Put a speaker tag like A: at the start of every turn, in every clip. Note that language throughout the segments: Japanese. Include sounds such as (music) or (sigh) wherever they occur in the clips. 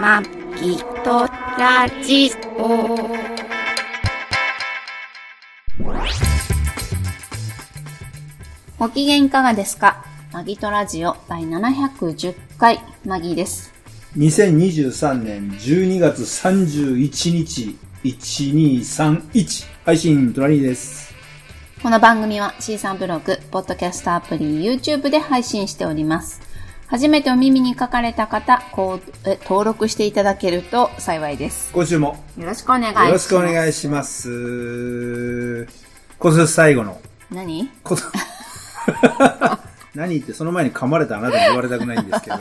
A: まきとラジオ。ご機嫌いかがですかマギトラジオ第710回、マギーです。
B: 2023年12月31日、1231、配信、トラニーです。
A: この番組は C さんブログ、ポッドキャストアプリ、YouTube で配信しております。初めてお耳に書かれた方、こうえ登録していただけると幸いです。
B: 今週も
A: よろしくお願いします。
B: よろしくお願いします。今年最後の、
A: 何
B: こと
A: (laughs)
B: 何言ってその前に噛まれたあなたに言われたくない
A: (laughs)
B: んですけど、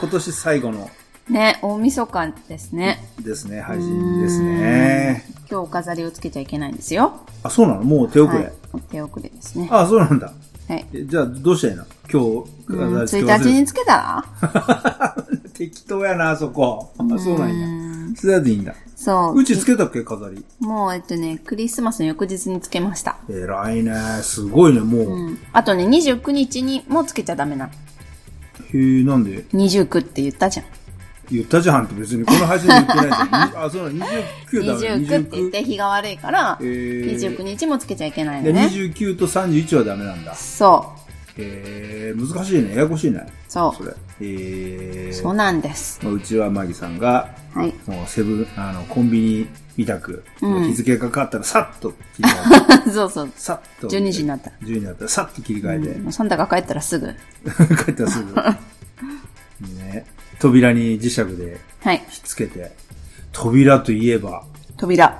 B: 今年最後の
A: ね、大晦日ですね。
B: ですね、配信ですね。
A: 今日お飾りをつけちゃいけないんですよ。
B: あ、そうなのもう手遅れ。
A: はい、お手遅れですね。
B: あ、そうなんだ。
A: はい。
B: えじゃあ、どうしたらいいの今日、
A: うん
B: 飾り付け忘れ
A: 1
B: た
A: 日につけたら
B: (laughs) 適当やな、あそこ。あ、そうなんや。それだっていいんだ。
A: そう
B: ちつけたっけ、飾り。
A: う。もう、えっとね、クリスマスの翌日につけました。
B: 偉いね。すごいね、もう。
A: う
B: へ
A: ん。あとね、29日にもつけちゃダメな
B: え、なんで
A: の。29って言ったじゃん。
B: 言ったじゃんって別にこの配信で言ってないじゃん。に (laughs) あ、そうなの、29だね。
A: 29って言って日が悪いから、
B: えー
A: 29日もつけちゃいけない
B: で
A: のね。
B: 29と31はダメなんだ。
A: そ
B: えー、難しいね。ややこしいね。
A: う。そ。
B: そうれ。え
A: そう
B: ー、
A: なんです。
B: まあうちはマギさんが、 (laughs)
A: はい。
B: もうセブン、あの、コンビニみたく、
A: うん
B: 日付がかかったらさっと切り
A: (laughs)
B: 替えて、
A: そうそう。
B: さっと。
A: 12時になった
B: 12時になったらさっと切り替えて。
A: もうサンタが帰ったらすぐ。
B: (laughs) 帰ったらすぐ。ね。扉に磁石で
A: はい。
B: ひっつけて。扉といえば、
A: 扉。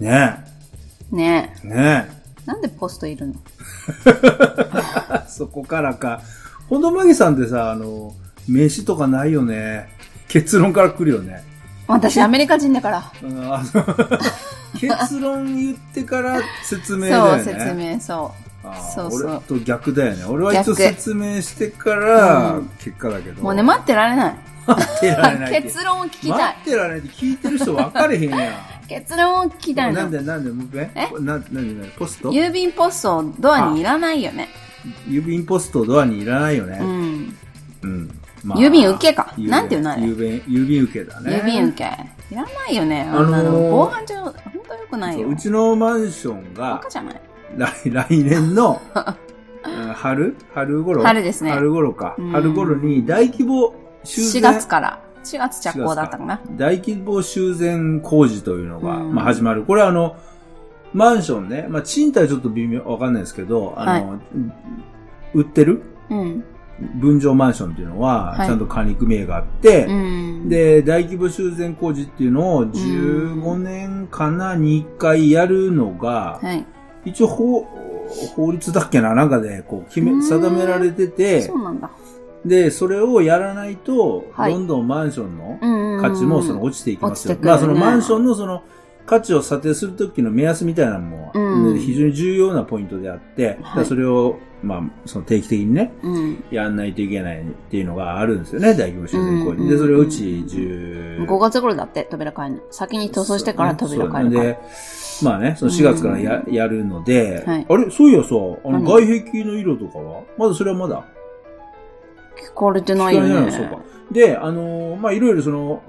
B: ね
A: ね
B: え、ね (laughs)
A: え。なんでポストいるの
B: え。そこからか。ほんとまぎさんってさ、あの、飯とかないよね。結論から来るよね。
A: 私アメリカ人だから。
B: うんあの (laughs) 結論言ってから説明だよ
A: そう、
B: ね。
A: 説明、そ
B: あー
A: そうそう
B: 俺と逆だよね。俺は一応
A: 逆
B: 説明してから
A: うん、
B: 結果だけど。
A: う。もうね、待ってられない。
B: 待ってられない
A: (laughs)
B: って。
A: 結論を聞きたい
B: 待。ってられないって聞いてる人分かれへんやん。
A: 結論を聞きたい
B: なん
A: の。
B: でなんでもう一遍
A: え
B: ななんでなんでポスト
A: 郵便ポストドアにいらないよね。
B: 郵便ポストドアにいらないよ
A: う
B: ね。
A: ん。
B: うん。ま
A: 郵便受けか
B: 郵便
A: なんていうのあれ
B: 郵便、郵便受けだね。
A: 郵便受け。いらないよね。あ
B: あ
A: ん
B: のー
A: なの防犯上、本当良くない
B: そ
A: よ。
B: ううちのマンション
A: バ
B: が
A: カ、じゃない
B: 来来年
A: (laughs)
B: の、うん春春頃
A: 春ですね
B: 春頃か
A: うん。
B: 春頃に大規模修繕。
A: 4月から。4月着工だったかな。
B: 大規模修繕工事というのが、
A: うん
B: まあ、始まる。これはあの、マンションね、まあ、賃貸ちょっと微妙、わかんないですけど、あの、売ってる
A: うん。
B: 分譲マンションっていうのは、
A: はい
B: ちゃんと管理組合があって、
A: うん。、
B: で、大規模修繕工事っていうのを15年かなに1回やるのが、
A: はい。
B: 一応法、法律だっけななんかで、こう、決
A: う
B: め、
A: ん
B: 定められてて
A: そ、うなんだ。
B: で、それをやらないと、
A: はい
B: どんどんマンションの
A: うん。
B: 価値もその、落ちていきますよ。
A: 落ちてくるね
B: まあそのマンションのその価値を査定するときの目安みたいなのも、
A: うん
B: 非常に重要なポイントであって、だからそれを、まあその定期的にね、
A: うん。
B: やんないといけないっていうのがあるんですよね、大規模修繕工事。
A: うん
B: で、それをうち10、
A: 5月頃だって、扉変えるの。先に塗装してから扉変える
B: そ
A: か
B: う
A: ら。
B: で、まあね、その4月からや,、やるので、
A: はい
B: あれそういやさ、あの
A: 何
B: 外壁の色とかはまだそれはまだ
A: 聞かれて
B: 聞か
A: な
B: れ
A: いよ
B: ない
A: ね
B: の。そうか。で、あのーまあいろいろその、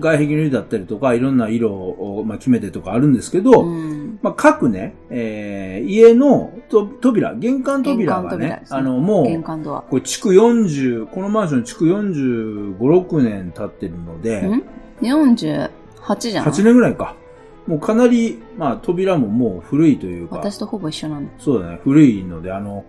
B: 外壁の色だったりとか、いろんな色を、まあ、決めてとかあるんですけど、
A: うん。
B: まあ、各ね、えー、家のと扉、玄関扉が
A: 玄関扉
B: ね、
A: ですね
B: あの、も
A: 玄
B: う、
A: 関ドア。
B: これ築40、このマンション築45、6年経ってるので、
A: ん ?48 じゃん。
B: 8年ぐらいか。もうかなり、まあ、扉ももう古いというか、
A: 私とほぼ一緒なの。
B: そうだね、古いので、あの、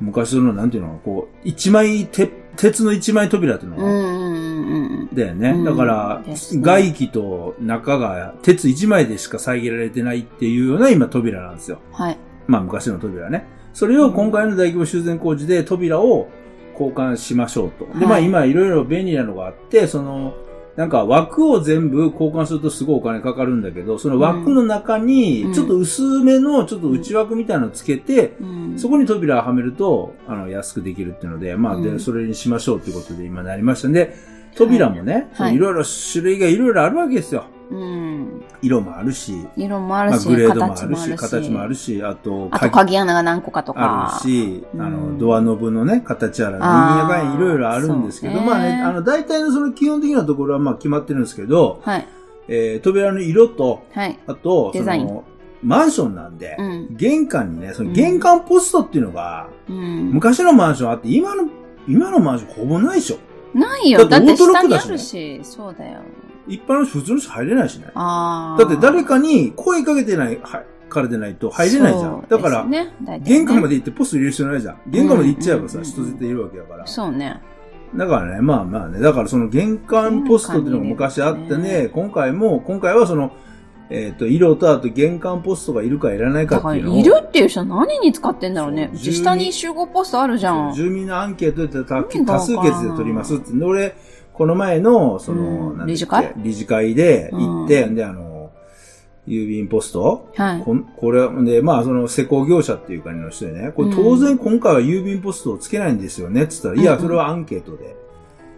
B: 昔の、なんていうの、こう、一枚、鉄、鉄の一枚扉っていうの
A: うん
B: が、
A: うんうんうん。
B: だよね。だから、
A: うんですね
B: 外気と中が鉄一枚でしか遮られてないっていうような今扉なんですよ。
A: はい。
B: まあ昔の扉ね。それを今回の大規模修繕工事で扉を交換しましょうと。で、ま
A: は
B: あ
A: い
B: 今いろいろ便利なのがあって、その、なんか枠を全部交換するとすごいお金かかるんだけど、その枠の中
A: う
B: に
A: ん
B: ちょっと薄めのちょっと内枠みたいなのつけて、
A: うん。
B: そこに扉をはめると、あの、安くできるっていうので、まあ、
A: う
B: で、
A: ん
B: それにしましょうっていうことで今なりましたんで、扉もね、
A: はい
B: いろいろ種類がいろいろあるわけですよ。
A: うん。
B: 色もあるし、
A: 色もあ
B: ま
A: る
B: あ、
A: し、
B: グレードもあ
A: 形
B: る
A: もあ
B: し、
A: るし。
B: 形もあるし、あと、
A: あと
B: 鍵
A: 鍵穴が何個かとか。
B: あるし、
A: う
B: あの、
A: ん
B: ドアノブのね、形やら、
A: あー
B: なんやかんやいろいろあるんですけど、
A: そうね
B: まあね、あの、大体のその基本的なところはまあ決まってるんですけど、
A: はい。
B: えー、扉の色と、
A: はい。
B: あと、そ
A: デザイン
B: の、マンションなんで、
A: うん。
B: 玄関にね、その
A: うん
B: 玄関ポストっていうのが、
A: うん。
B: 昔のマンションあって、今の、今のマンションほぼないでしょ。
A: ないよ。だ
B: だっ
A: ってて
B: オートロッ
A: 下
B: ク
A: に
B: だ
A: あ
B: しね
A: るし。そうだよ。
B: 一般の人、普通の人入れないしね。
A: ああ。
B: だって誰かに声かけてない、は、からでないと入れないじゃん。だから、玄
A: 玄
B: 関ま
A: で。
B: で行ってポスト入れる必要ないじゃん。玄関まで行っちゃえばさ、
A: うんうんうん
B: 人絶対いるわけだから。
A: そうね。
B: だからね、まあまあね、だからその玄関ポストっていうのが昔あって
A: 玄関に入れるんです
B: ね、今回も、今回はその、えっ、と、色とあと玄関ポストがいるかいらないか
A: だ
B: っ
A: から、
B: ていうのを。
A: いるっていう人は何に使ってんだろうね。
B: そうう
A: ち
B: 住民
A: 下に集合ポストあるじゃん。
B: 住民のアンケートで多
A: 意味が
B: 多
A: わか
B: 数
A: らん
B: 決で取りますって。で俺、この前の、その、
A: うん
B: なんだっけ
A: 理事会
B: 理事会で行って、で、あの、郵便ポスト
A: はい。
B: こんこれは、で、まあ、その施工業者っていう感じの人でね、これ
A: うん
B: 当然今回は郵便ポストをつけないんですよねって言ったら、い
A: うん
B: や、
A: うん
B: それはアンケートで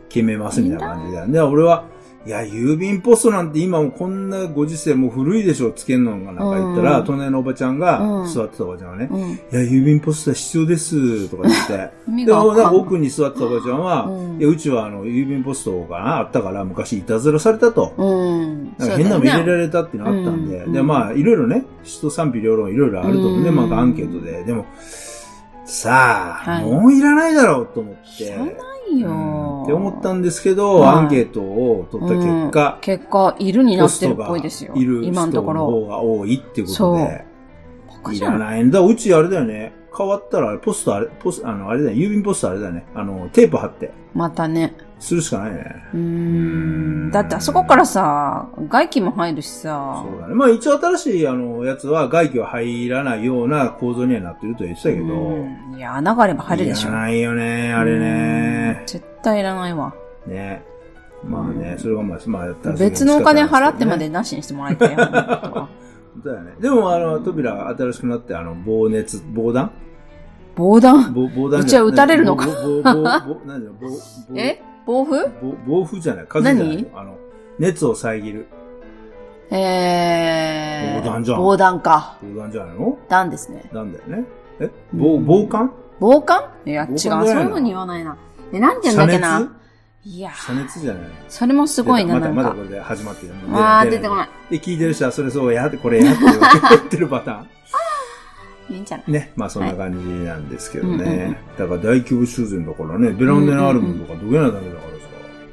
B: 決めますみたいな感じで。で、俺は、いや、郵便ポストなんて今もうこんなご時世もう古いでしょ、つけんのがなんか言ったら、
A: うん
B: 隣のおばちゃんが
A: う、ん
B: 座ってたおばちゃんがね、
A: うん。
B: いや、郵便ポストは必要です、とか言って。
A: 意味
B: で、
A: がわ
B: な
A: か
B: んか
A: んない
B: 奥に座ってたおばちゃんは、
A: うん
B: いやうちはあの、郵便ポストがあったから昔いたずらされたと。
A: うん。
B: なんか変なの
A: そうだ
B: 入
A: よ
B: れ
A: ね
B: られたっていうのあったんで、
A: うん
B: で、
A: うん
B: まあ、いろいろね、人賛否両論いろいろあると思うんで、
A: うん
B: まあ、アンケートで。でも、さあ、
A: はい
B: もういらないだろうと思って、
A: いらない
B: うん
A: よ。
B: って思ったんですけど、
A: はい
B: アンケートを取った結
A: う
B: 果
A: ん、結果、いるにな
B: ポ
A: っ
B: ス
A: てる
B: ト
A: っ
B: が
A: ぽいですよ。
B: いる人
A: 今の
B: の
A: ところ。
B: 方が多いっていうこと
A: そ
B: で
A: う、バカ
B: い
A: じゃ
B: ら
A: ん。
B: ないんだ。うちあれだよね。変わったら、ポストあれ、ポスあの、あれだよ、郵便ポストあれだよね。あの、テープ貼って、
A: またね。
B: するしかないね。
A: うーん。だってあそこからさ、外気も入るしさ。
B: そうだね。まあ一応新しいあのやつは外気は入らないような構造にはなってるとは言ってたけど、
A: うんいや、穴があれば入るでしょ
B: いら。ないよね、あれ
A: うん
B: ね。
A: 絶対いらないわ。
B: ね。まあね
A: う、ん
B: それがまあ、まあやったら
A: 別のお金払ってま
B: 仕方ないですけど
A: で
B: ね
A: なしにしてもらいたいよ。 (laughs) 本当は
B: そうだよね。でもあの、扉が新しくなって、あの、防熱、防弾
A: 防弾
B: 防防弾
A: うちは撃たれるのか
B: 防、防、防、防、何だよ、防、防、
A: え暴風
B: 防、防風じゃない、風じゃない。あの、熱を遮る。
A: えー。
B: 防弾じゃん
A: 防弾か。
B: 防弾じゃないの
A: 弾ですね。
B: なんだよね。え防、防寒
A: 防寒いや、違
B: 防
A: う。
B: 寒じ
A: そ
B: ゃ
A: う
B: ないいう
A: ふ
B: の
A: うに言わないな。え、なんて言うんだ
B: 遮
A: っけ
B: 熱
A: な。いや、
B: 遮熱じゃない
A: それもすごいな、
B: ま
A: な
B: だ
A: ん
B: まだ
A: か
B: こ。れで始まってる。
A: あー、出てこない。
B: で、聞いてる人はそれそうやって、これやって言ってるパタ
A: (laughs) いいんじゃない
B: ーン。ね。まあそんな感じなんですけどね。
A: はいうんうんうん
B: だから大規模修繕だからね、ベランダにあるものとかどけないだけだからさ。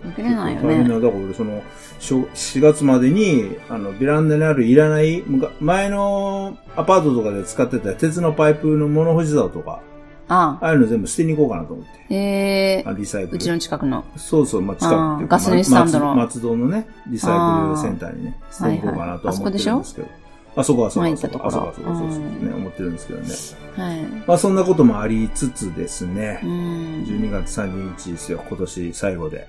A: 受けれないよ
B: 大変
A: ね。
B: な、だから俺その、しょ4月までに、あの、ベランダにあるいらない、むか前のアパートとかで使ってた鉄のパイプの物干し竿とか、
A: あ
B: ああいうの全部捨てに行こうかなと思って。
A: あ。え
B: あ
A: ー、
B: リサイク
A: う
B: ル
A: ち。の近くの。
B: そうそう、まあ、近くっていうか
A: あーガソリンスタンドの
B: ま松松戸のね、リサイクルセンターにね、捨てに行こうかなとは思ってるんですけど。あそこはそこ
A: 前
B: あ
A: 行っ
B: そ
A: た
B: ことあ
A: こ
B: そ
A: ろ
B: こあそこあそこ
A: うん
B: ね、思ってるんですけどね。
A: はい。
B: まあそんなこともありつつですね
A: う、ん。
B: 12月30日ですよ、今年最後で。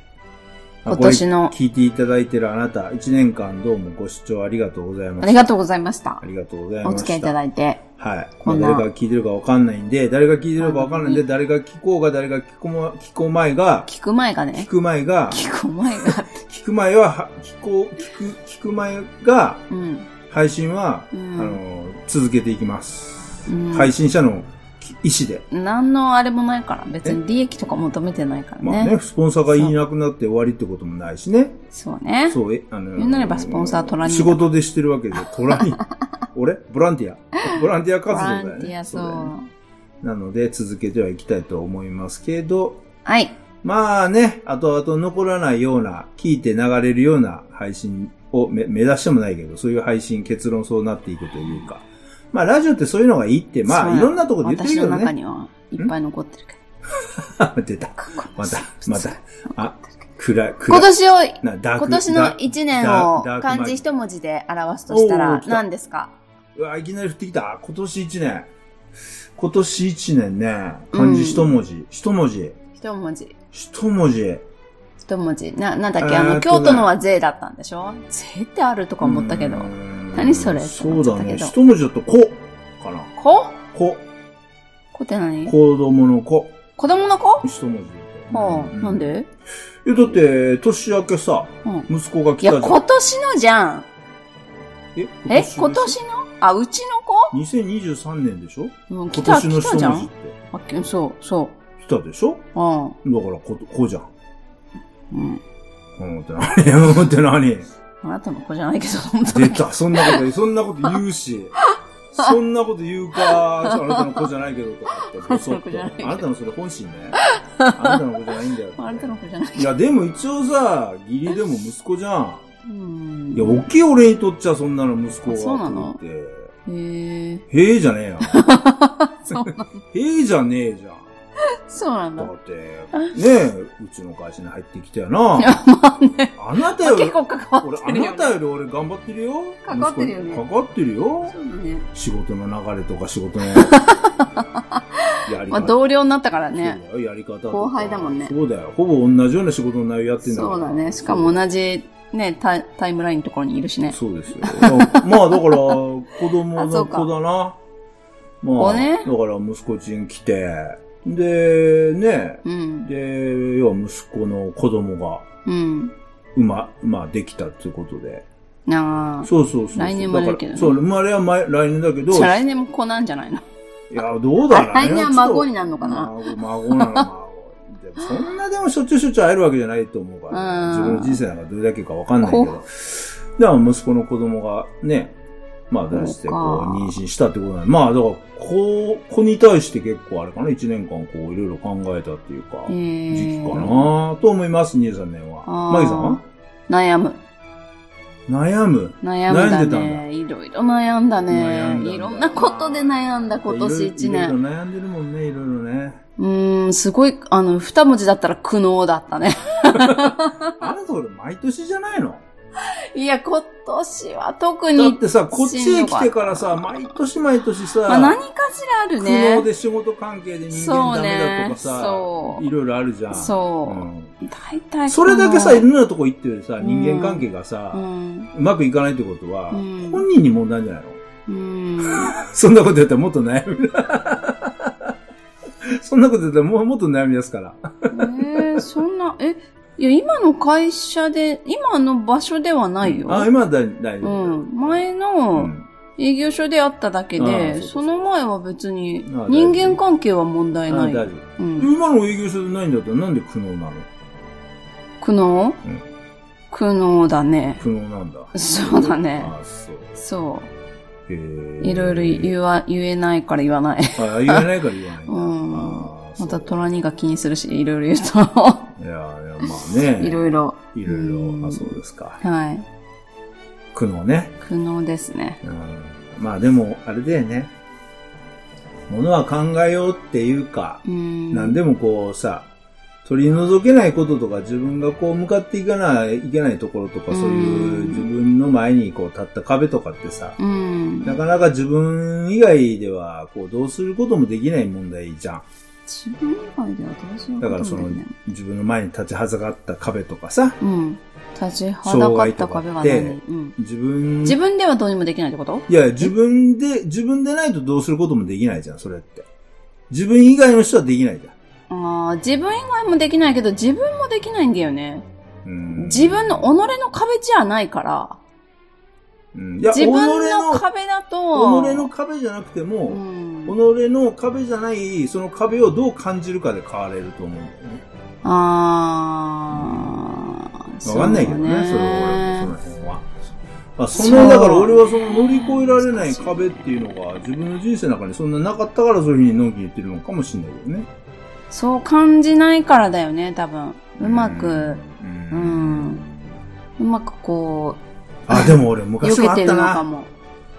B: あ
A: 今年の
B: これ聞いていただいてるあなた、1年間どうもご視聴ありがとうございまし
A: あ
B: た。
A: りがとうございました
B: あ。りがとうございま
A: お
B: した。
A: 付き合いいただいて。
B: はい。ま
A: こ
B: あ、
A: んな
B: 誰が聞いてるかわかんないんで、誰が聞いてるかわかんないんで、
A: 本
B: 誰が聞こうが、誰が聞こま、聞こう前が、
A: 聞く前がね
B: 聞。く前が、
A: 聞く前
B: (laughs)
A: が。
B: 聞く前は、は聞こう、聞く、聞く前が、
A: うん。
B: 配信は、
A: うん
B: あの、続けていきます。
A: うん
B: 配信者のき意思で。
A: 何のあれもないから。別に利益とか求めてないから
B: まあ
A: ね。
B: ね、スポンサーがいなくなって終わりってこともないしね。
A: そうね。
B: そう、え、あの、
A: 言うなればスポンサー取らに
B: 仕事でしてるわけで、取らに。 (laughs) 俺ボランティア。ボランティア
A: ボ
B: 活動だ
A: ラ
B: よね。
A: ンティア、そう。
B: だよねなので、続けてはいきたいと思いますけど、
A: はい。
B: まあね、後々残らないような、聞いて流れるような配信をめ目指してもないけど、そういう配信結論そうなっていくというか。まあラジオってそういうのがいいって、ま
A: そ
B: あ
A: う
B: いろんなところで言ってるけ
A: 私
B: ど
A: の中
B: (laughs) ね。
A: にはいっぱい残ってるけど。
B: 出た。
A: かっこいい (laughs)
B: また、また。
A: 残っ
B: あ
A: てるけど、
B: 暗い、暗
A: 今
B: い。
A: 年を、
B: なダーク
A: 今年の
B: ダ
A: 一年を
B: ダーク
A: 漢字一文字で表すとした
B: おー
A: ら
B: 来た
A: 何ですか
B: うわ、いきなり降ってきた。今年一年。今年一年ね、漢字一文字。一文字。
A: 一文字。
B: 一文字。
A: 一文字。な、なんだっ
B: え
A: け
B: ー
A: あ
B: っとね
A: の、京都のは税だったんでしょ税ってあるとか思ったけど
B: う。ーん
A: 何それって
B: そ
A: 思
B: う
A: っちゃ
B: だ
A: ったけ
B: ね。
A: ど
B: 一文字だと、こ、かな。
A: 子
B: こ、
A: 子って何
B: 子供の子。
A: 子供の子
B: 一文字
A: ほう。なん
B: い
A: で
B: や、だって、年明けさ、
A: うん。
B: 息子が来
A: いや、
B: たじゃん。
A: 今年のじゃん。
B: え、
A: え、今年のあ、うちの子
B: の ?2023 年でしょ
A: うん、来
B: 今
A: た、
B: 年の
A: 来たじ
B: 人文字
A: ゃ
B: っ
A: ん
B: て。
A: あきそう、そ
B: 来たでしょ
A: う。うん。
B: だからこ、こうじゃん。
A: うん。
B: うん、って何うん、って何
A: あなたの子じゃないけど、本当
B: 出
A: に。
B: た、そんなこと、そんなこと言うし、そんなこと言うか、あなたの子じゃないけどとか
A: (laughs)
B: って、ボソッ
A: あなたの子じゃないけ
B: と。
A: ど
B: あなたのそれ本心ね。
A: (laughs)
B: あなたの子じゃないんだよって。
A: あなたの子じゃない。
B: いや、でも一応さ、義理でも息子じゃん。
A: うん。
B: いや、大きい俺にとっちゃそんなの息子が。
A: あそうなの
B: って言って
A: へえ。
B: へえじゃねえよ。
A: (laughs) そうな
B: へえじゃねえじゃん。
A: そうなん
B: だ
A: だ。
B: って、ねえ、うちの会社に入ってきたよな。
A: まあね。
B: あなたより
A: 結、構関わ
B: 俺、
A: って
B: あ
A: るよ、
B: な
A: ね。
B: たより俺頑張ってるよ。
A: かかってるよね
B: 息子にかかってるよ。
A: そうだね。
B: 仕事の流れとか
A: (laughs)
B: 仕事のやり方。
A: まあ同僚になったから
B: そう
A: ね。
B: だよやり方とか。
A: 後輩だもんね
B: そうだよ。ほぼ同じような仕事の内容やってんだから
A: そうだね。しかも同じ、ね、タイタイムラインのところにいるしね。
B: そうですよ。 (laughs) まあ、まあだから、子供
A: あそ
B: の
A: うか
B: 子だな。ま
A: 子
B: あ、
A: ね
B: だから息子ちん来て、で、ね、
A: うん。
B: で、要は息子の子供が、
A: うん。
B: うま、まあできたっていうことで。
A: なあ。
B: そうそうそうそう。
A: 来年生まれるけどね
B: だからそう、生まれは前来年だけど、
A: じゃあ来年も子なんじゃないの
B: いや、どうだろうね。
A: 来年は孫になるのかな
B: ちょっと孫孫なの、孫。でもそんなでもしょっちゅうしょっちゅう会えるわけじゃないと思うから、
A: うん
B: 自分の人生なんかどれだけかわかんないけど。でも息子の子供がね、まあ出して、こ
A: そう
B: う
A: か、
B: 妊娠したってことなんで、まあだから、こう、子に対して結構あれかな、一年間こう、いろいろ考えたっていうか、
A: え
B: 時期か
A: ー、
B: なと思います、23年は。
A: あー
B: マギさんは
A: 悩む。
B: 悩む。
A: 悩んだ
B: 悩んでたん
A: ね。いろいろ悩んだ
B: 悩
A: ね
B: んだ。だ
A: いろんなことで悩んだ、今年一
B: いろい
A: 年。
B: ろ悩んでるもんね、いろいろね。 (laughs)
A: うーん、すごい、あの、二文字だったら苦悩だったね。 (laughs)
B: あなたこれ毎年じゃないの
A: いや、今年は特
B: だっ
A: に、
B: てさ、こっちへ来てからさ、毎年毎年さ、
A: まあ、何かしらある
B: 苦
A: ね
B: 悩。で仕事関係で人間
A: そう
B: ダメだ
A: ね
B: と。かさ、
A: そ
B: いろいろあるじゃ
A: う。
B: ん。
A: そう。
B: ん
A: 大体。
B: それだけさ、いろんなとこ行ってるさ、
A: うん
B: 人間関係が
A: う
B: さ、
A: ん。
B: うまくいかないってことは、
A: うん
B: 本人に問題じゃないの
A: うん。
B: そんなこと言ったらもっと悩み (laughs) だ。そんなこと言ったらもうもっと悩みですから。
A: えー、そんな、え、いや、今の会社で、今の場所ではないよ。
B: あ、今は大大丈夫。
A: うん。前
B: う
A: の
B: ん
A: 営業所であっただけ
B: ああ
A: で、
B: そうか
A: その前は別に
B: ああ大丈
A: 人
B: 夫
A: 間関係は問題
B: あ
A: な
B: 大
A: い。
B: 丈夫。
A: うん。
B: 今の営業所でないんだったらなんで苦悩なの
A: 苦悩
B: うん
A: 苦悩だね。
B: 苦悩なんだ。
A: そうだね
B: あ、そう。
A: そ
B: へ
A: う。
B: ー
A: いろいろ言わ、言えないから言わない。
B: あ、言えないから言えないんだ。
A: うん
B: あーそう
A: またトラニが気にするし、いろいろ言うと。
B: いや、いや、まあね。
A: いろい。ろ。
B: いろいろ、
A: うん
B: あ、そうですか。
A: はい。
B: 苦悩ね。
A: 苦悩ですね。
B: うん。まあでも、あれだよね。ものは考えようっていうか、
A: うん。
B: 何でもこうさ、取り除けないこととか、自分がこう向かっていかない、いけないところとか、そういう
A: うん
B: 自分の前にこう立った壁とかってさ、
A: うん。
B: なかなか自分以外では、こう、どうすることもできない問題じゃん。
A: 自分以外ではどうしよう
B: だから
A: と
B: そ
A: も
B: の
A: できない、
B: 自分の前に立ちはだかった壁とかさ、
A: うん。立ちはだかった壁が
B: 障害
A: 何う
B: と
A: ん。
B: 自分、
A: 自分ではどうにもできないってこと
B: いや、自分で、自分でないとどうすることもできないじゃん、それって。自分以外の人はできないじゃん。
A: ああ、自分以外もできないけど、自分もできないんだよね。
B: うん
A: 自分の己の壁じゃないから、
B: うんいや、
A: 自分
B: 己
A: の
B: の
A: 壁だと、
B: 己の壁じゃなくて
A: う
B: も、
A: ん、
B: 己の壁じゃない、その壁をどう感じるかで変われると思うんだよね。
A: ああ、
B: わかんないけどね、それは俺
A: は
B: もその辺は。あ
A: そ
B: そうの、だから俺はその乗り越えられない壁っていうのが自分の人生の中にそんななかったからそういうふうにのんきに言ってるのかもしれないけどね。
A: そう感じないからだよね、多分。うまく、
B: うん。
A: うんうまくこ
B: あ、でも俺
A: う、
B: 昔
A: 避
B: は
A: け
B: あってた
A: るのか
B: な。
A: も。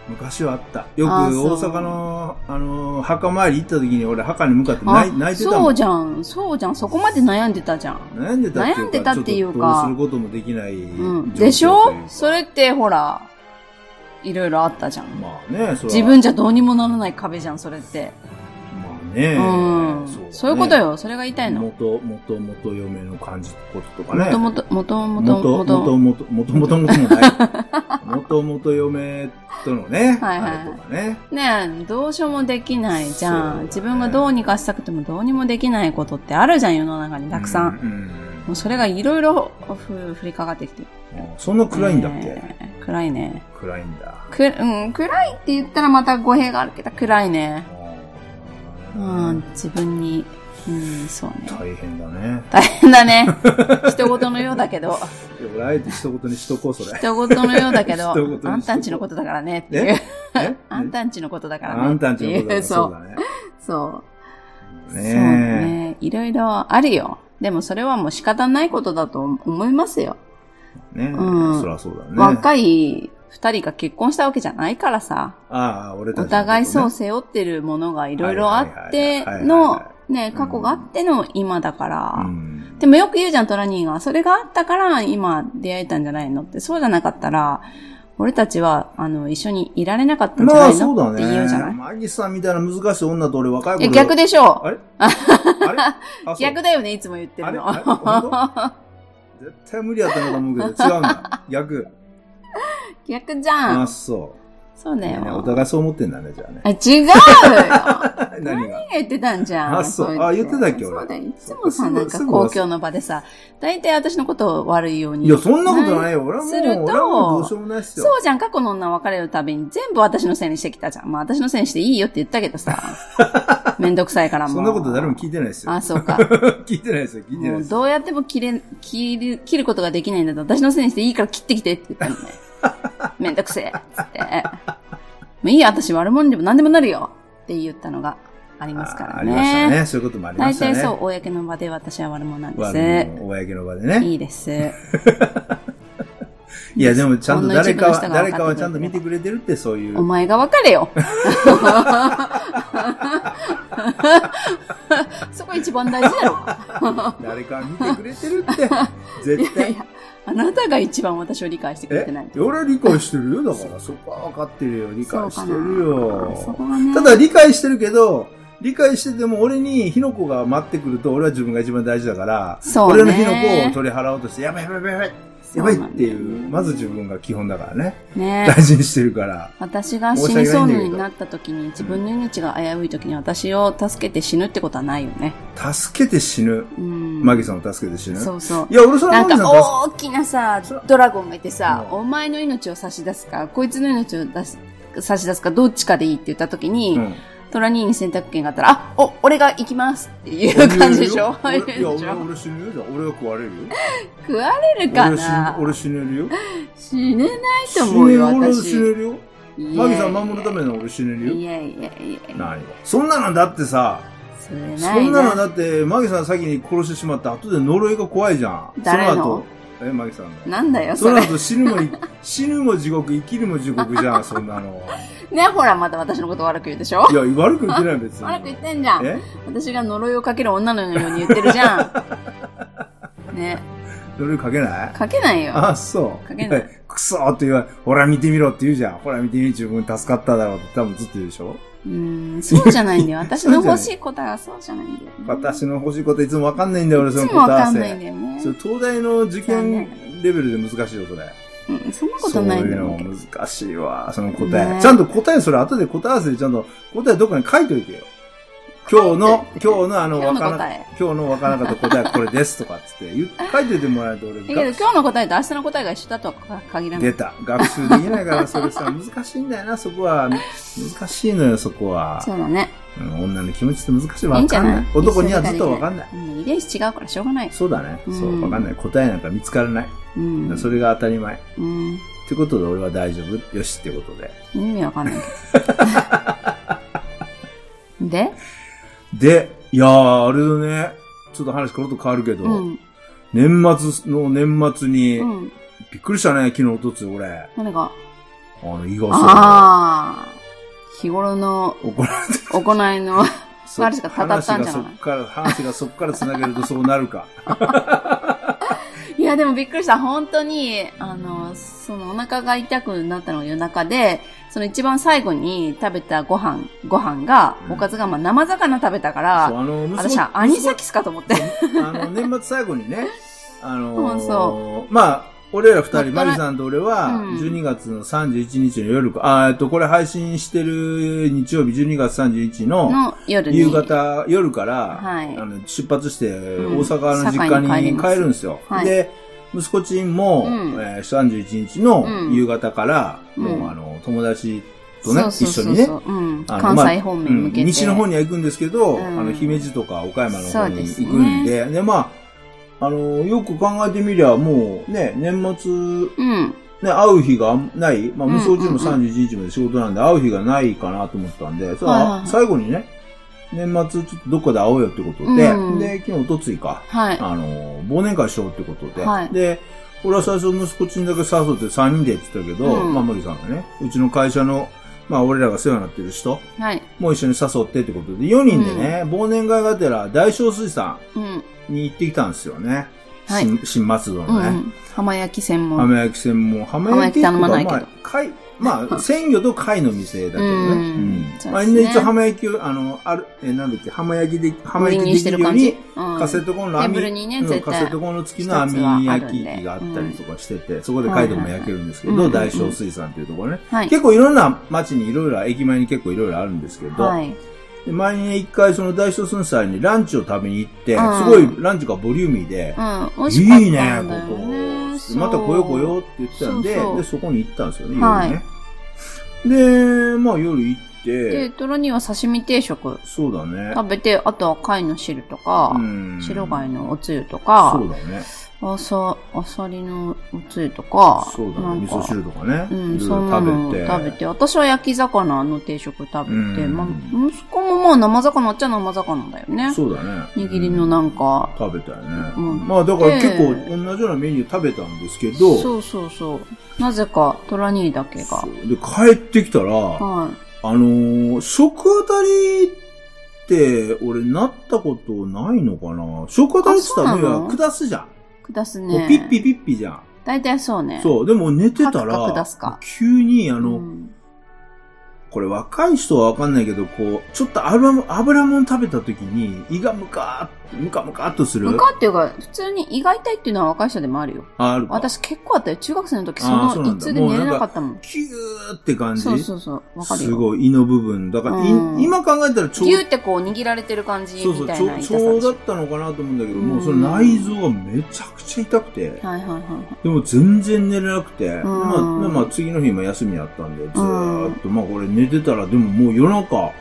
B: 昔はあった。よく
A: あそう
B: 大阪の、あの、墓参り行った時に俺墓に向かって
A: あ
B: 泣い泣いてた
A: そ
B: も。
A: うんじゃん、そうじゃん、そこまで悩んでたじゃん。
B: 悩んでたっていうか。
A: 悩んでたっていうか
B: ちょとどうすることもできない
A: うん。
B: 状況というか。
A: でしょそれってほら、いろいろあったじゃん。
B: まあね、それは
A: 自分じゃどうにもならない壁じゃん、それって。
B: まあね。
A: うん。
B: だね
A: そういうことよ、それが言いたいの。
B: 元、元、元嫁の感じこととか
A: も
B: ね。
A: ともと、もとも
B: 元
A: と、も
B: 元
A: と。
B: 元元元々も
A: (laughs)
B: ない。元々嫁とのね、
A: はいはい
B: あれとかね。
A: ねえ、どうしようもできないじ
B: そう
A: ゃ
B: だ
A: ん。
B: ね
A: 自分がどうにかしたくてもどうにもできないことってあるじゃん、世の中にたくさん。
B: うん。うん
A: もうそれがいろいろふ降りかかってきて。
B: あそんな暗いんだっけ、
A: ねえ暗いね。
B: 暗いんだ。
A: く、うん、暗いって言ったらまた語弊があるけど、暗いね。うん、自分に、うん、そうね。
B: 大変だね。
A: 大変だ
B: (laughs)
A: ね。人事のようだけど、
B: いや俺、あえて一言にしとこう、そ
A: (laughs)
B: れ。
A: 人事のようだけど
B: 人事にし、とこう
A: あんたんちのことだからねっていう。
B: え
A: あんたんちのことだからねっていう。
B: あんたんちのことだから
A: そ
B: そう
A: う。
B: だね。
A: そう。そう
B: ね
A: ね。いろいろあるよ。でもそれはもう仕方ないことだと思いますよ。
B: え。ねえ。
A: うん
B: そりゃそうだね。
A: 若い二人が結婚したわけじゃないからさ、
B: ああ、俺たちのこと
A: お
B: ね。
A: 互いそう背負ってるものがいろいろあって
B: はいはいはいはいはい
A: の
B: は、
A: ね、過去があっての今だから、
B: うん。
A: でもよく言うじゃん、トラニーが。それがあったから今出会えたんじゃないのって。そうじゃなかったら、俺たちは、あの、一緒にいられなかったんじゃ
B: ま
A: な
B: あ
A: い
B: そう
A: の
B: だ
A: って言うじゃな
B: ね。
A: い
B: マギさんみたいな難しい女と俺若い
A: いや
B: 頃。
A: 逆でしょ (laughs)
B: あれあれあ
A: う。逆
B: で
A: だよね、いつも言って
B: あ
A: る
B: れ
A: の。
B: あれ本当絶対無理やったのと思うけど、違うんだ。逆。
A: (laughs) 逆じゃ
B: あ、
A: ん。
B: そ
A: そう
B: う。
A: だ
B: ねお
A: よ。
B: 互いそう思ってんだね、じゃ
A: (laughs)
B: あね
A: あ、。違うよ
B: 何が
A: 言ってたんじゃん。
B: あそう
A: いや
B: あ言ってたっけ俺
A: そうだよ。いつもさ、
B: すぐ
A: なんか
B: すぐ忘れ
A: 公共の場でさ、大体私のことを悪いように。。
B: いや、そんなことないいよ。俺はもう、
A: すると
B: 俺はもうどうしようもないっすよ。
A: そうじゃん、過去の女別れるたびに全部私のせいにしてきたじゃん。まあ私のせいにしていいよって言ったけど
B: (laughs)
A: さ、めんどくさいからもう。
B: そんなこと誰も
A: い
B: 聞いてないですよ。
A: あ、そうか。
B: (laughs) 聞いてないですよ、聞いてない
A: もう
B: ですよ。
A: どうやっても切れ、切る、切ることができないんだと私のせいにしていいから切ってきてって言ったのね。
B: (laughs)
A: めんどくせえ。つって。もういいよ、私悪者でも何でもなるよって言ったのがありますから
B: ありました
A: ね。
B: ね。そういうこともありま
A: 大
B: したね。
A: 体そう、公の場で私は悪者なん
B: わ
A: で。
B: もう公の場ですね。
A: いいです。
B: いや、でもちゃんと誰かは、
A: ほんの一部の人が分かってくれてれば
B: 誰かはちゃんと見てくれてるって、そうい
A: お
B: う。
A: 前が別れ
B: (laughs)
A: よ。そこ一番大事だろ。
B: 誰かは見てくれて
A: (laughs)
B: るって。 (laughs) 絶
A: いやい
B: 対。
A: や、あなたが一番私を理解してくれてない
B: え。俺は理解してるよ。だから、そこは分かってるよ。理解してる
A: そう
B: よ
A: か。なそこがね。
B: ただ、理解してるけど、理解してても俺に火の粉が待ってくると俺は自分が一番大事だから、
A: そうね
B: 俺の火の粉を取り払おうとして、やばいやばいやばいやばいやばいっていう、まず自分が基本だからね。
A: ね
B: 大事にしてるから。
A: 私が死にそうになった時に、自分の命が危うい時に私を助けて死ぬってことはないよね。
B: 助けて死ぬ。
A: うん。
B: マギさんを助けて死ぬ。
A: そうそう
B: い。や、俺それ
A: な
B: は
A: ん
B: マギさん
A: か
B: 助
A: 大きなさ、ドラゴンがいてさ、
B: うん
A: お前の命を差し出すか、こいつの命を出す差し出すか、どっちかでいいって言った時に、
B: けうん
A: トラニーに選択権があったら、あ、お、俺が行きますっていう感じでしょ
B: 俺
A: 言うで (laughs)
B: いや、
A: し
B: 俺、
A: ょ
B: 俺死ぬよ。じゃあ俺が食われるよ。
A: 食われるか
B: 俺死ぬ
A: な、
B: 俺死ねるよ。
A: 死ねないと思うよ、
B: 死ねる俺死
A: 私。
B: ねるよ。マギさん守るための俺死ねる
A: い
B: よ。
A: やいやいやいや、
B: 何がそんなのだってさ、
A: それな
B: そ
A: い
B: んなの
A: な。
B: だって、マギさん先に殺してしまった後で呪いが怖いじゃん。
A: 誰の
B: そ後、え、マギさんの。
A: なんだよ、
B: そ
A: そ
B: の
A: れ。
B: 後死ぬもい、 (laughs) 死ぬも地獄、生きるも地獄じゃん、そんなの。
A: ね、ほら、また私のこと悪く言うでしょ
B: いや、悪く言ってない別
A: (laughs)
B: に。
A: 悪く言ってんじゃん。
B: え
A: 私が呪いをかける女のように言ってるじゃ
B: (laughs)
A: ん。ね、
B: 呪い
A: (laughs)
B: かけない
A: かけないよ。
B: あ、そう。
A: かけない
B: やくそーって言われ、ほら見てみろって言うじゃん。ほら見てみる自分助かっただろうって多分ずっと言うでしょ、
A: うーん、そうじゃないんだよ。
B: (laughs)
A: 私の
B: そうじゃな
A: 欲
B: い
A: しい答えはそうじゃないんだよね、
B: 私の欲しいこといつもわかんないんだよ、俺
A: い
B: その
A: つも
B: 答
A: わ
B: え合
A: か
B: わ
A: んないん
B: せ。
A: だよね。
B: それ東大の受験レベルで難しいよ、それ。
A: うん、そんなこ
B: そ
A: と
B: う
A: ないん
B: い
A: だ
B: う
A: ろう
B: の
A: けど。
B: 難しいわ、その答え。
A: ね
B: ちゃんと答え、それ後で答え合わせでちゃんと答えどっかに書いといてよ。今日の、今日のあの、
A: 今
B: わ
A: 日の
B: から
A: 答
B: な
A: え。
B: 今日のわからなかった答えはこれですとかっつっ
A: (laughs)
B: て言っ、書いといてもらえると俺
A: だけど今日の答えと明日の答えが一緒だとは限らな
B: 出
A: い。
B: た。学習できないから、それさ、 (laughs) 難しいんだよな、そこは。難しいのよ、そこは。
A: そうだね。
B: うん女の気持ちって難しい。
A: いい
B: わ
A: んじ
B: か
A: ゃ
B: ん
A: な
B: ないい。男にはずっとわかんない。
A: うん、遺伝子違うからしょうがない。
B: そうだね。
A: うん
B: そう、わかんない。答えなんか見つからない。
A: うん。
B: それが当たり前。っ
A: うん。
B: てことで、俺は大丈夫。よし、ってことで。
A: 意味わかんないけ
B: (laughs)
A: ど。で
B: で、いやー、あれだね。ちょっと話コロッと変わるけど、
A: うん。
B: 年末の年末に、
A: うん。
B: びっくりしたね、昨日、おとつい、俺。
A: 何が
B: あの、伊賀
A: ああ。日頃の
B: さん。怒られて
A: 行いの。 (laughs)
B: そ
A: あれしか語ったんじゃない
B: 話がそっから、話がそっから繋げるとそうなるか。
A: いや、でもびっくりした。本当に、あの、そのお腹が痛くなったのが夜中で、その一番最後に食べたご飯、ご飯が、
B: うん
A: おかずが、まあ、生魚食べたか
B: そう
A: ら、
B: あの、息子
A: 私はアニサキスかと思って。
B: あの、年末最後にね、あのー
A: そうそ
B: まあ、俺ら二
A: まあ
B: 人、マリさんと俺は、
A: うん
B: 12月の31日の夜か、あーえっと、これ配信してる日曜日、12月31日の
A: の夜に。
B: 夕。方、夜から、
A: はい
B: あの出発して、大
A: ん
B: 阪の実家に帰るんですよ。
A: 堺に帰ります
B: で、息子ちんも、
A: うん
B: えー31日の
A: うん
B: 夕方から、
A: うん
B: もうあの、友達とね、一緒にね、
A: そううん、
B: あの
A: 関西方面に向けて。
B: うん西の方には行くんですけど、
A: うん
B: あの、姫路とか岡山の方
A: そう
B: に
A: です
B: 行
A: ね
B: くんで、で、まあ、あの、よく考えてみりゃ、もうね、年末、
A: うん。
B: ね、会う日がない、まあ、
A: うん
B: 無双中
A: う
B: も
A: んうん
B: 31日まで仕事なんで、会う日がないかなと思ったんで、さ
A: はいはいは
B: あ
A: い
B: 最後にね、年末、ちょっとどっかで会おうよってことで、
A: うん
B: で、昨日、おとついか、
A: はい。
B: あの、忘年会しようってことで、
A: はい
B: で、俺は最初息子ちんだけ誘って3人でって言ったけど、
A: うん
B: まあ、森さんがね、うちの会社の、まあ、俺らが世話になってる人
A: はい。
B: も一緒に誘ってってことで、4人でね、忘年会がてら大正水産
A: うん。
B: に行ってきたんですよね。
A: はい
B: 新新松戸
A: う
B: のね。
A: ん。浜焼き専門。
B: 浜焼き専門、浜焼きってうか
A: 浜焼き頼まないけど
B: まあ、貝、ま
A: (laughs)
B: あ、鮮魚と貝の店だけどね。
A: うん
B: う
A: そ
B: ん。
A: うですね
B: まあ、みんな一応浜焼きを、あの、ある、え、なんだっけ、浜焼きで、浜
A: 売り
B: 焼き
A: に
B: で
A: して
B: き
A: る
B: るよう
A: 感
B: に
A: じ。、うん
B: カセットコンロ網、
A: テーブルにね
B: うん
A: 絶対
B: カセットコンロ付きの網焼き機があったりとかしてて、そこで貝でも焼けるんですけど、
A: はいはい
B: 大正水産っていうところね。
A: はい。
B: 結構いろんな街にいろいろ、駅前に結構いろいろあるんですけど、
A: はい。
B: で前にね一回その大正寸祭にランチを食べに行って、
A: うん
B: すごいランチがボリューミーで、
A: うん。美味しかっ
B: いいね
A: た、んだよ
B: ここ。
A: ね。そう
B: また来よう来ようって言ってたんで、
A: そうそう
B: で、そこに行ったんですよね、
A: は
B: 夜
A: い
B: ね。で、まあ夜行って、
A: で、トロには刺身定食
B: そうだね。
A: 食べて、あとは貝の汁とか、
B: うん
A: 白貝のおつゆと
B: そ
A: か
B: う、だね。
A: あさ、あさりのおつゆとか、
B: そうだ
A: な
B: ね。
A: ん
B: 味
A: か
B: 噌汁とかね。
A: うん、
B: いろい
A: そん
B: ろ
A: なの
B: 食
A: を
B: べて。
A: 食べて、私は焼き魚の定食食べて、
B: うん
A: まあ、息子もまあ生魚っちゃ生魚だよね。
B: そうだね。
A: 握りのなんか、
B: 食べたよね。
A: うん
B: まあだから結構
A: で
B: 同じようなメニュー食べたんですけど、
A: そうそうそう。なぜか、トラ兄だけが。
B: で、帰ってきたら、
A: は
B: あのー食あたりって、俺、なったことないのかな食あたりって言っ
A: あ
B: たら、
A: そうなの
B: 要は下すじゃん。
A: い。下す
B: こう
A: ね。
B: ピッピピッピじゃん。
A: 大体そうね。
B: そう。でも寝てた
A: カクカク
B: ら
A: 出すか、
B: 急に、あ
A: うん。
B: の、これ若い人はわかんないけど、こう、ちょっと油も、油もん食べた時に、胃がムカームカムカっとする。
A: 向かっていうか、普通に胃が痛いっていうのは若い人でもあるよ。
B: あ、あるか。
A: 私結構あったよ。中学生の時、そ
B: あーそうな
A: の
B: ん
A: 胃
B: だ
A: 痛で寝れなかったもん。
B: キューって感じ。
A: そうそうそう。わかるよ。
B: すごい、胃の部分。だから、い
A: うん
B: 今考えたらちょ
A: ギューってこう握られてる感じ
B: そうそ
A: み
B: う、
A: たいな痛
B: ち
A: さでし
B: ょ
A: ょ
B: うだったのかなと思うんだけど、もううんその内臓がめちゃくちゃ痛くて、
A: はいはいはいはい。
B: でも全然寝れなくて、
A: ん
B: まあ、まあ次の日も休みだったんで、ずーっと、まあこれ寝てたら、でももう夜中、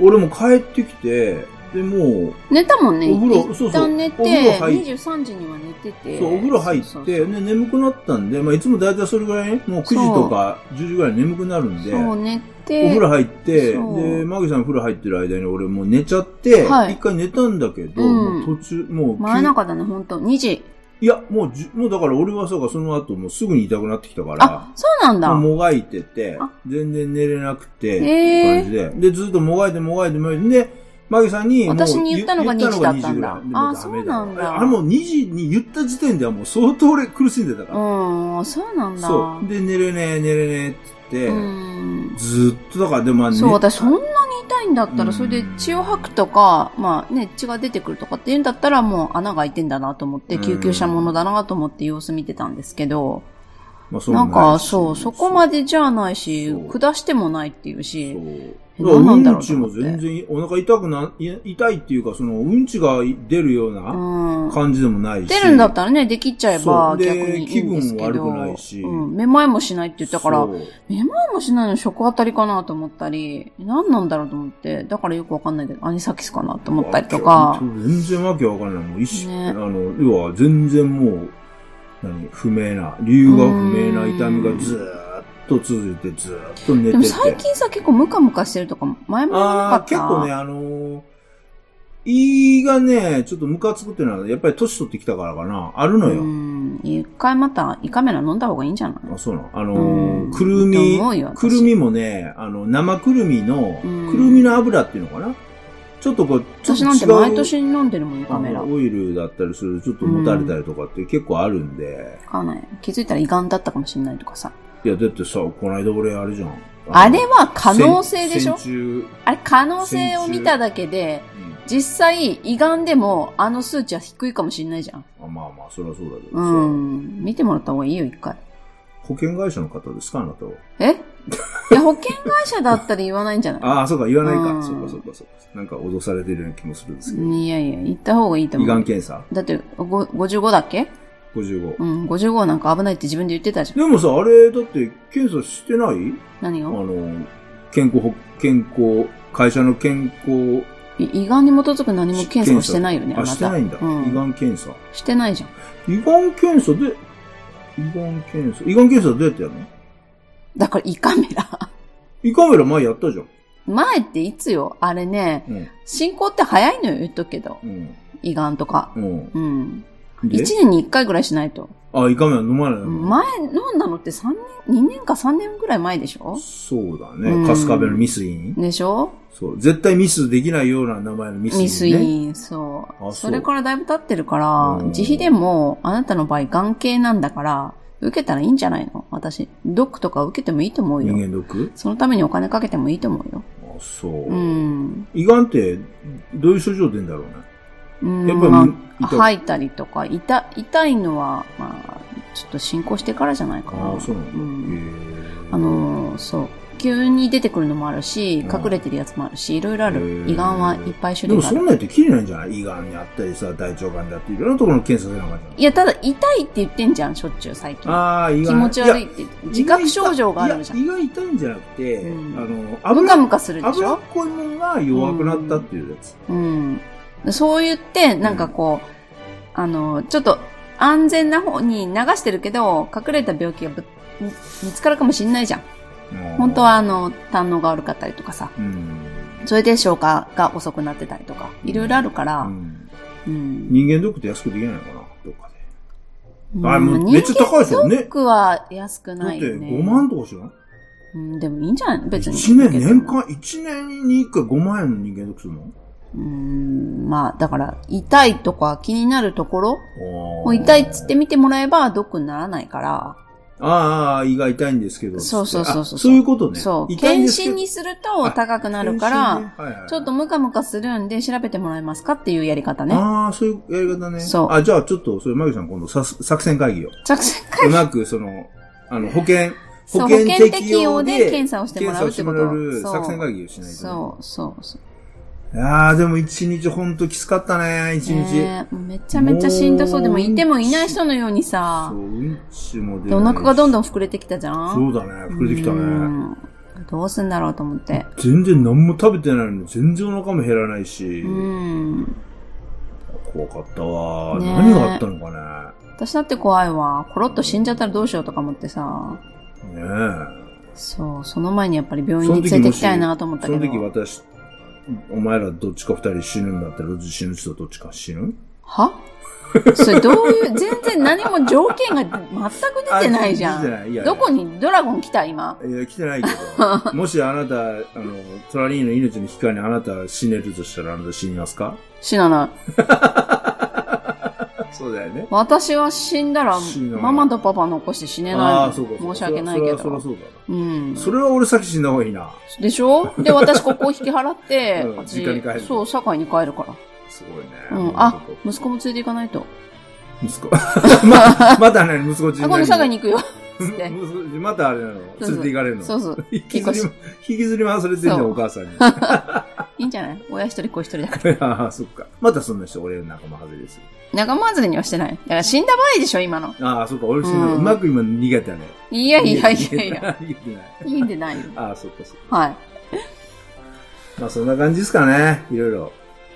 B: 俺も帰ってきて、で、もう、
A: 寝たもんね。
B: お風呂そうそう
A: 一旦寝て、
B: お風呂入っ
A: 23時には寝てて。
B: そう、お風呂入って、
A: そうそう
B: ね、眠くなったんで、まあいつもだいたいそれぐらいね、もう9時とか10時ぐらいに眠くなるんで、
A: そう寝て。
B: お風呂入って、
A: そう
B: で、マギさん風呂入ってる間に俺もう寝ちゃって、一、
A: はい
B: 回寝たんだけど、
A: うん
B: もう途中、もう急、
A: 真夜中だね、ほんと。2時。
B: いや、もうじゅ、もうだから俺はそうか、その後もうすぐに痛くなってきたから
A: あ、、そうなんだ。
B: もうもがいてて
A: あ、
B: 全然寝れなくて、
A: へー
B: って感じで、で、ずっともがいてもがいてもがいて、で、マギさんにもう、
A: 私に言ったのが
B: 言
A: 2時だったんだ
B: 2時ぐらい
A: あそうなんだ
B: もダメあれもう2時に言った時点ではもう相当俺苦しんでたから。
A: うん、そうなんだ。
B: そう。で、寝れねえ、寝れねえって
A: う
B: 言っ
A: ん。
B: て、ずーっとだから、でもまあ寝
A: そう、私そんなに痛いんだった
B: う
A: ら、
B: ん
A: それで血を吐くとか、まあね、血が出てくるとかっていうんだったら、もう穴が開いてんだなと思って、救急車ものだなと思って様子見てたんですけど、
B: まあそう
A: なんか、そう、そこま
B: で。
A: でじゃないし
B: そう、
A: 下してもないっていうし、
B: そう。だから
A: な
B: うん
A: だろ
B: ん
A: う
B: ち
A: と思
B: も
A: って
B: 全然お腹痛くな、い痛いっていうか、そのうんちが出るような、
A: うん。
B: 感じでもないし。
A: 出るんだったらね、できちゃえ
B: そう
A: ば
B: で
A: 逆にいいんですけど。
B: 気分も悪くないし
A: うん、めまいもしないって言ったから、
B: そ
A: め
B: う
A: まいもしないの食あたりかなと思ったり、何なんだろうと思って、だからよくわかんないけど、アニサキスかなと思ったりとか、
B: 全然わけわかんない。もう意識、
A: ね
B: あの、要は全然もう、何、不明な、理由が不明な痛みがずーっと続いて、ずーっと寝てて。
A: でも最近さ、結構ムカムカしてるとか、前もなかっ
B: あー
A: た。
B: 結構ね、あのー胃がね、ちょっとムカつくっていうのは、やっぱり年取ってきたからかな。あるのよ。
A: うん、一回また胃カメラ飲んだ方がいいんじゃない
B: あそうなのあの
A: う
B: ー
A: ん
B: くる
A: と
B: み
A: 思うよ、私
B: くるみもね、あの、生くるみの、くる
A: うん
B: みの油っていうのかなちょっとこう、ちょっ
A: 私
B: と違う
A: なんて毎年飲んでるもん、胃カメラ。
B: オイルだったりする、ちょっともたれたりとかって結構あるんで。
A: わかんない。気づいたら胃がんだったかもしれないとかさ。
B: いや、だってさ、この間俺あれじゃん。
A: あれは可能性でしょ
B: 戦中、
A: あれ可能性を見ただけで、
B: うん
A: 実際、胃がんでも、あの数値は低いかもしれないじゃん。
B: あまあまあ、それはそうだけど
A: う
B: さ、
A: ん。見てもらった方がいいよ、一回。
B: 保険会社の方ですかあなたは。 (laughs)
A: えいや、保険会社だったら言わないんじゃない
B: ああ、そうか、言わないうか。
A: ん
B: そうか、そうか、そうか。なんか脅されてるような気もするんですけど。
A: いやいや、言った方がいいと思
B: 胃がん
A: う。
B: 検査
A: だって、ご55だっけ
B: 55。
A: うん、55なんか危ないって自分で言ってたじゃん。
B: でもさ、あれ、だって、検査してない
A: 何
B: あ
A: が
B: の、健康保、健康、会社の健康、
A: い胃がんに基づく何も検査もしてないよね、あ
B: あ、
A: なた。
B: してないんだ。
A: うん
B: 胃がん検査。
A: してないじゃん。
B: 胃がん検査で、胃がん検査。胃がん検査どうやってやるの
A: だから胃カメラ。 (laughs)
B: 胃カメラ前やったじゃん。
A: 前っていつよあれね、
B: うん。
A: 進行って早いのよ、言っとくけど。
B: うん。
A: 胃がんとか。
B: うん。
A: うん。1
B: で
A: 年に1回ぐらいしないと。
B: あ、胃カメラ飲まないの
A: 前飲んだのって3年、2年か3年ぐらい前でしょ
B: そうだ
A: う
B: ね。
A: ん
B: カスカベのミスイン。
A: でしょ
B: そう。絶対ミスできないような名前のミスイン、ね。
A: ミスイン、そ
B: あそう
A: う。それからだいぶ経ってるから
B: う、ん
A: 自費でも、あなたの場合、眼系なんだから、受けたらいいんじゃないの私、ドックとか受けてもいいと思う
B: 人
A: よ。
B: 間ドック
A: そのためにお金かけてもいいと思うよ。
B: あ、そう。
A: うん。
B: 胃がんって、どういう症状出るんだろうね。
A: うん
B: やっぱり、
A: まあ、
B: 痛い
A: 吐いたりとか、痛、痛いのは、まあ、ちょっと進行してからじゃないかな。
B: ああ、そうなんだ。
A: ん
B: へえ
A: あのーそう。急に出てくるのもあるし、
B: うん
A: 隠れてるやつもあるし、いろいろあ
B: へ
A: る。
B: ー
A: 胃がんはいっぱい種類
B: でも
A: があ
B: そ
A: る。
B: んなんやってきりないんじゃない胃がんにあったりさ、大腸がんだっていろんなところの検査せなあかんじゃん。
A: いや、ただ、痛いって言ってんじゃん、しょっちゅう最近。
B: ああ、胃が
A: 気
B: ん。
A: 持ち悪いって言って
B: や。
A: 自覚症状があるじゃん。
B: いや胃が痛いんじゃなくて、
A: うん
B: あの、
A: ムカ
B: 油、
A: ムカするでし
B: 油
A: ょ
B: っこいものが弱くなったっていうやつ。
A: うん。そう言って、なんかこう、あの、ちょっと安全な方に流してるけど、隠れた病気がぶ見見つかるかもしんないじゃん。
B: うん
A: 本当はあ、の、胆のが悪かったりとかさ。
B: うん。
A: それで消化が遅くなってたりとか、いろいろあるか
B: う
A: ら、
B: ん
A: うん。
B: 人間ドックって安くできないのかなどっかで。
A: うん
B: あもう
A: ま
B: めっちゃ高いですよ
A: 人間
B: ね
A: ドックは安く
B: だっ
A: な
B: て
A: いよね。
B: 5万とかしない
A: うん、でもいいんじゃないの別に。
B: 一年、年間、一年に一回5万円の人間ドックするの
A: うん、まあ、だから、痛いとか気になるところ
B: も
A: もう痛いっつって見てもらえば、ドックにならないから、
B: ああ、胃が痛いんですけど。
A: そうそうそう
B: あ
A: そう
B: そういうことね。
A: そう、
B: 痛い
A: 検
B: んですけど
A: 診にすると高くなるか
B: 検
A: ら、
B: 診ねはいはい
A: ちょっとムカムカするんで調べてもらえますかっていうやり方ね。
B: ああ、そういうやり方ね。
A: そう
B: あ、じゃあちょっと、それ、マギさん今度さ、作戦会議を。
A: 着線
B: うまく、その、あの、保険、
A: そう
B: 保険適用
A: 保険適用
B: で
A: で検査をしてもらうってこと
B: 検査をしてもらえる
A: そう
B: 作戦会議をしないとね。
A: そうそうそう。
B: ああ、でも一日ほんときつかったね、一日。
A: ねえめちゃめちゃしんどそう。でも、いてもいない人のように
B: そ
A: さ
B: う、、うんちも出
A: でお腹がどんど
B: ん。
A: ん膨れてきたじゃん
B: そうだね、膨れてきた
A: う
B: ね。
A: んどうすんだろうと思って。
B: 全然何も食べてないのに、全然お腹も減らないし
A: う、ん。
B: 怖かったわ。
A: ねえ
B: 何があったのか
A: 私だって怖いわ。コロッと死んじゃったらどうしようとか思ってさ。
B: ね。ねえ。
A: そう、その前にやっぱり病院に連れてきたいなと思った
B: そ
A: け
B: の
A: ど。
B: 時私、お前らどっちか二人死ぬんだったら、死ぬ人どっちか死ぬ
A: は (laughs) それどういう、全然何も条件が全く出てないじゃ
B: あ出て
A: ん。
B: ないいやいや
A: どこにドラゴン来た今。
B: いや、来てないけ
A: (laughs)
B: ど。もしあなた、あの、トラリーの命の引き換えにあなた死ねるとしたらあなた死にますか
A: 死なない。
B: そうだよね。
A: 私は死んだら
B: 死なない、
A: ママとパパ残して死ね
B: あ
A: な
B: あ、
A: い。
B: そうかそうか。
A: 申し訳ないけ
B: それは
A: ど。
B: そりゃそう
A: うん
B: だ。。それは俺先死んだ方がいいな。
A: でしょで、私ここを引き払って、
B: (laughs) うん
A: 私
B: 実家に帰る
A: そう、社会に帰るか
B: すごいね。
A: ら。うん。あ、息子も連れて行かないと。(laughs)
B: 息子。ま、またね、息子ち
A: あ、今度社会に行くよ。つって
B: またあれなの
A: そう
B: 連れて行かれるの
A: そうそう。
B: 引きずり、引きずり回されてんじゃん、お母さんに。
A: いいんじゃない親一人子一人だから。
B: ああ、そっか。またそんな人、俺の仲間外れですよ。
A: 仲間外れにはしてない。だから死んだ場合でしょ、今の。
B: ああ、そっか。俺そんな、う
A: うん
B: まく今逃げたね。
A: い
B: い
A: やいやいやいや。。
B: 逃げてない。
A: いいんでないよ。
B: ああ、そっかそっか。
A: はい。
B: まあそんな感じですかね。いろいろ。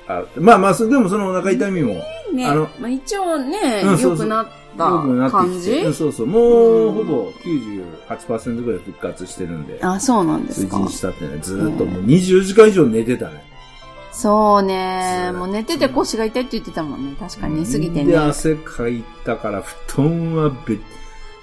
B: あまあまあ、そでもそのお腹痛みも
A: ね、
B: あの
A: まあ、一応ね、
B: うんそう
A: 良
B: そ
A: く
B: う
A: なっ
B: 良くな
A: た
B: って
A: 感
B: きて。
A: じ
B: うんそうそう。もう
A: うん
B: ほぼ98%ぐらい復活してるんで。
A: あ、そうなんで
B: そう
A: す
B: 一
A: か。
B: 日経ってね、ずーっともう24時間以上寝てたね。
A: そう
B: ずー
A: ね
B: っ。と
A: もう寝てて腰が痛いって言ってたもんね。確かに寝すぎてね。
B: で、
A: 汗
B: 汗かいたから、布団はべっ、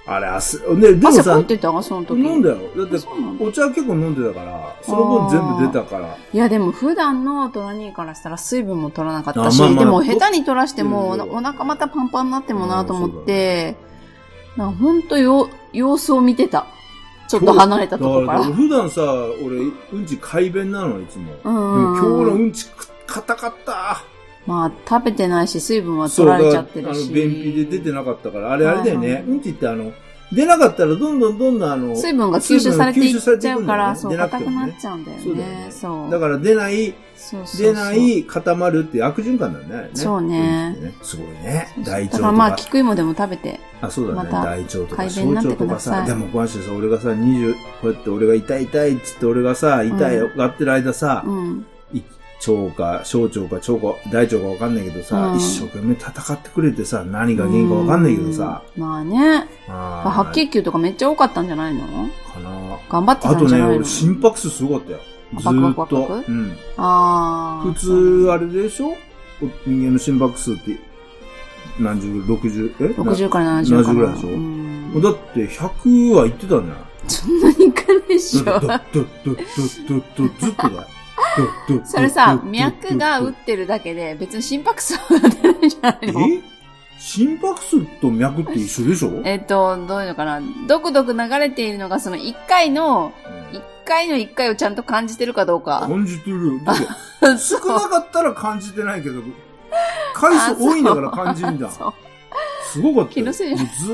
B: あれ、汗、ね、でも
A: か
B: さ
A: い、てたその時。
B: 飲んだよ。だって
A: そうなんだ
B: お茶結構飲んでたから、その分全部出たから。
A: いや、でも普段のトラ兄からしたら水分も取らなかったし、
B: あまあまあ
A: でも下手に取らしても、
B: うん
A: おお腹またパンパンになってもなと思
B: う
A: っ
B: ん
A: て、なんかほんとよ、様子を見てた。ちょっと離れたとこから
B: だら。普段さ、俺、うんち快便なの、いつも。でも
A: うん
B: 今日のうんちく、硬かった。
A: まあ、食べてないし、水分は
B: そう
A: 取
B: だ
A: られち
B: か
A: ゃ
B: ら
A: って
B: あ
A: る
B: の、
A: し。
B: 便秘で出てなかったから、あれ、あれだよ
A: はい
B: ね
A: は。い
B: うんちってあの、出なかったらどんどんどんどんあの、
A: 水分が吸収されていっちゃうから、
B: 水
A: そ
B: 分
A: う、
B: が吸収され
A: 硬
B: てい
A: く
B: くんだよ
A: な
B: ね
A: っちゃうんだよ
B: そうだよ
A: ね
B: ね。
A: そう。
B: だから出ない
A: そうそうそう。
B: でない、固まるっていう悪循環なんだよね。
A: そうね
B: うんすごいね。大
A: だ
B: 腸と
A: からまあ、
B: か。
A: 菊芋でも食べて。
B: あ、そうだね。
A: また
B: 大腸とか
A: 改
B: 小
A: 善になっ
B: 腸
A: て
B: と
A: く
B: か
A: ださ
B: さ。
A: い
B: でも、ごめんなさい、俺がさ、20、こうやって俺が痛い痛いっつって俺がさ、痛いがってる間さ、
A: うん。
B: い腸か小腸か腸か大腸かわかんないけどさ、
A: うん
B: 一生懸命戦ってくれてさ、何が原因かわかんないけどさ、
A: うん。まあね。
B: あー
A: 白血球とかめっちゃ多かったんじゃないの
B: かな
A: 頑張って
B: あ
A: たん
B: と
A: じゃ
B: ね、
A: ないの
B: 俺心拍数すごかったよ。
A: あ
B: ずー
A: バ
B: っ
A: クバクバ
B: と
A: ク。
B: うん。
A: ああ。
B: 普通、あれでしょ人間の心拍数って、何十、六十、え
A: そう。60から70かな。
B: 70ぐらいでしょ
A: うん
B: なだって100は言ってたんじゃない
A: そんなにいかないでし
B: ドッド
A: ょ。
B: ッドッドッドッドッドッずっとだよ。ドッドッドッドッドッ
A: それさ、脈が打ってるだけで、別に心拍数は出ないじゃ
B: (laughs)
A: ないの
B: え心拍数と脈って一緒でしょ
A: えっと、どういうのかな。どくどく流れているのが、その1回の、
B: うん
A: 1回の1回をちゃんと感じてるかどうか。
B: 感じてるよ。だって
A: そ
B: 少
A: う
B: なかったら感じてないけど、回数多いんだから感じ
A: (laughs)
B: るんだ。
A: そう。
B: すごかったよ。
A: 気のせいじゃ
B: もうず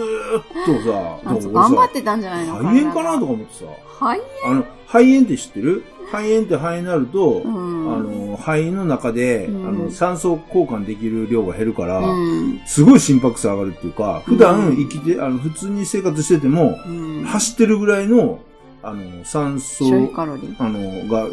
B: ーっとさ、
A: あそう
B: だら
A: 頑張
B: 俺
A: ってたんじゃないの
B: さ肺炎かなとか
A: と。
B: 思ってさ、
A: 肺
B: あの、肺炎って知ってる肺炎って肺炎になる
A: 炎
B: と、
A: うん。
B: あの、肺の中で、
A: うん
B: あの、酸素交換できる量が減るから、
A: うん。
B: すごい心拍数上がるっていうか、普
A: う
B: 段
A: ん
B: 生きて、あの、普通に生活してても、
A: うん。
B: 走ってるぐらいの、あの、酸素、
A: 消費カロリー。
B: あの、が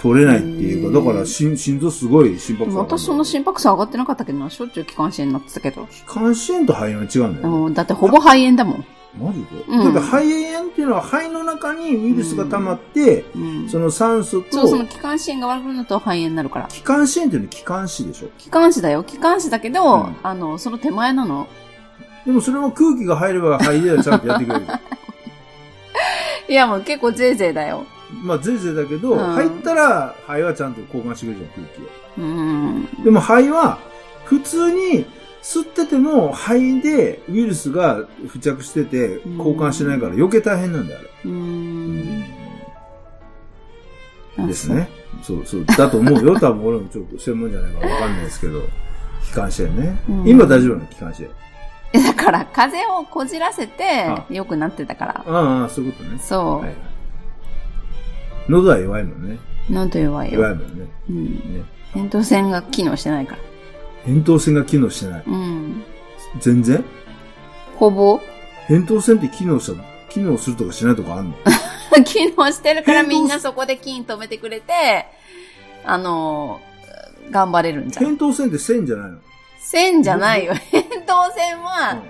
B: 取れないっていうか、
A: うん
B: だから心、心臓すごい心
A: でも
B: 拍数上がる。
A: 私その心拍数上がってなかったけどな、しょっちゅう気管支炎になってたけど。
B: 気管支炎と肺炎は違うんだよね。
A: うんだってほぼ肺炎だもん。
B: マジで、
A: うん
B: だって肺炎っていうのは肺の中にウイルスが溜まって、
A: うん。
B: その酸素
A: そう、その
B: と、
A: 気管支炎が悪くなると肺炎になるから。
B: 気管支炎っていうのは気管支でしょ
A: 気管支だよ。気管支だけど、
B: うん
A: あの、その手前なの。
B: でもそれも空気が入れば肺ではちゃんとやってくれ
A: (laughs)
B: る。
A: いや、もう結構ぜいぜいだよ。
B: まあ、ぜいぜいだけど、
A: うん
B: 入ったら肺はちゃんと交換してくれるじゃん、空気を。
A: うん。
B: でも肺は、普通に吸ってても肺でウイルスが付着してて
A: うん
B: 交換しないから余計大変なんだよ、あれ。
A: う
B: うん
A: ん。
B: ですね。そうそう。だと思うよ。多 (laughs) 分俺もちょっと専門じゃないからわかんないですけど。気管支炎ね。
A: うん
B: 今大丈夫なの気管支
A: あ。そうだから、 (laughs) 風邪をこじらせて
B: あ、
A: 良くなってたから。
B: 炎。ああ、そういうことね。
A: そ
B: はいはい。喉は弱いもんね。
A: う。なんと弱い
B: 弱
A: よ。
B: いもんね。
A: うん。
B: ね
A: 扁桃腺が機能してないから。
B: 扁桃腺が機能してない。
A: うん。
B: 全然
A: ほぼ
B: 扁桃腺って機能した、機能するとかしないとかあ
A: (laughs)
B: んの (laughs)
A: 機能してるからみんなそこで菌止めてくれて、あの、頑張れるんじゃん。
B: 扁桃腺って腺じゃないの、
A: 腺じゃないよ。扁桃腺は、
B: うん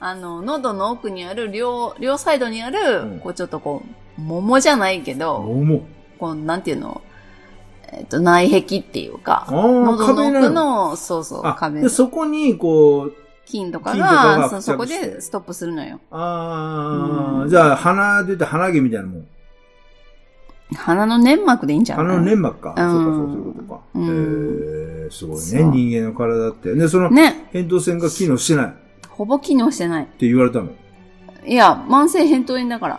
A: あの、喉の奥にある、両、両サイドにある、
B: うん
A: こうちょっとこう、桃じゃないけど、
B: 桃。
A: こう、なんていうの、えっと、内壁っていうか、
B: あー
A: 喉の
B: 壁な
A: 奥
B: の
A: の、そうそう、
B: あ、
A: 壁
B: で、そこに、こう、
A: 菌とか
B: 菌とかが
A: が、そうそこ
B: 付着して
A: でストップするのよ。
B: あー、
A: うん
B: じゃあ、鼻で言って鼻毛みたいなもん。
A: 鼻の粘膜でいいんじゃない
B: 鼻の粘膜か。
A: うん
B: そうか、そうそういうことか。
A: うん
B: えー、すごい
A: そ
B: ね。
A: う
B: 人間の体って。で、その、
A: ね、
B: 扁桃腺が機能してないっ
A: ほぼ機能してない。
B: て言われたの。
A: いや、慢性扁桃炎だから。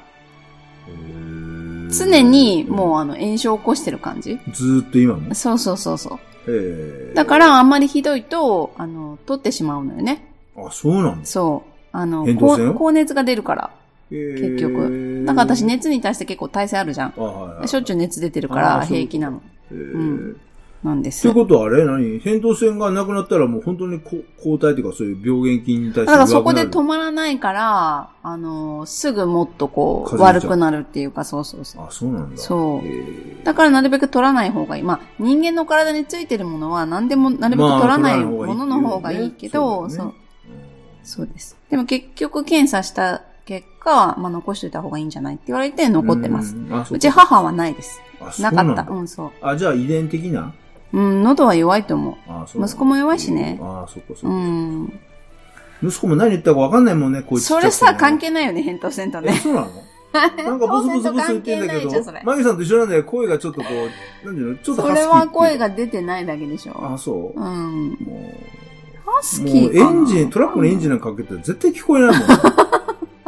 A: 常に、もうあの、炎症を起こしてる感じ。
B: うん。ずーっと今も。
A: そうそうそうそう。
B: えー
A: だか、ら、あんまりひどいと、あの、取ってしまうのよね。
B: あ、そうなんです。
A: そう。あの、
B: 扁桃腺
A: 高高熱が出るから。
B: 結
A: 局なんか私。熱に対して結構耐性あるじゃん。
B: あ、はい、はい。
A: しょっちゅう熱出てるか
B: あ
A: ら
B: ーそう
A: 平気なの。
B: えー
A: うんなんです
B: という
A: よ。
B: ことはあれ何扁桃腺がなくなったらもう本当にこ抗体というかそういう病原菌に対して
A: だからそこで
B: 弱くな
A: 止まらないから、あのーすぐもっとこう、
B: 風邪
A: 悪
B: ひいちゃう
A: くなるっていうか、そうそうそう。
B: る。あ、そうなんだ。
A: そう
B: えー
A: だからなるべく取らない方がいい。まあ、人間の体についてるものは何でもなるべく
B: まあ
A: 取らない
B: 取
A: も
B: らない方がいい
A: のの方がいいけど、
B: ってい
A: そ
B: うね
A: う、
B: うん
A: そうです。でも結局検査した結果、まあ残しておいた方がいいんじゃないって言われて残ってます。
B: うん。あ、そうう
A: ち母はないです。
B: あそ
A: な
B: うな
A: か
B: ん
A: っ
B: だ
A: た。うん、そ
B: あ、じゃあ遺伝的な
A: う。うん、喉は弱いと思
B: あそう
A: う。息子も弱いしね。
B: あそっかそっか、
A: うん。
B: 息子も何言ったか分かんないもんね、こいつ。
A: それさ、関係ないよね、扁桃腺と
B: え、
A: ね。
B: そうなのなんかブツブツブツ言って
A: 関係ない
B: んだけ
A: じゃ
B: ど
A: んそれ、
B: マギさんと一緒なんだよ、声がちょっとこう、なんていうのちょっと
A: そ
B: ハスキーってい
A: れ
B: う
A: は声。が出てないだけでしょ。
B: あ、そう。
A: う
B: も
A: ん。
B: う、も
A: ハス
B: う
A: キー
B: エ
A: かな。
B: ンジン、トラックのエンジンなんかかけたら絶対聞こえないも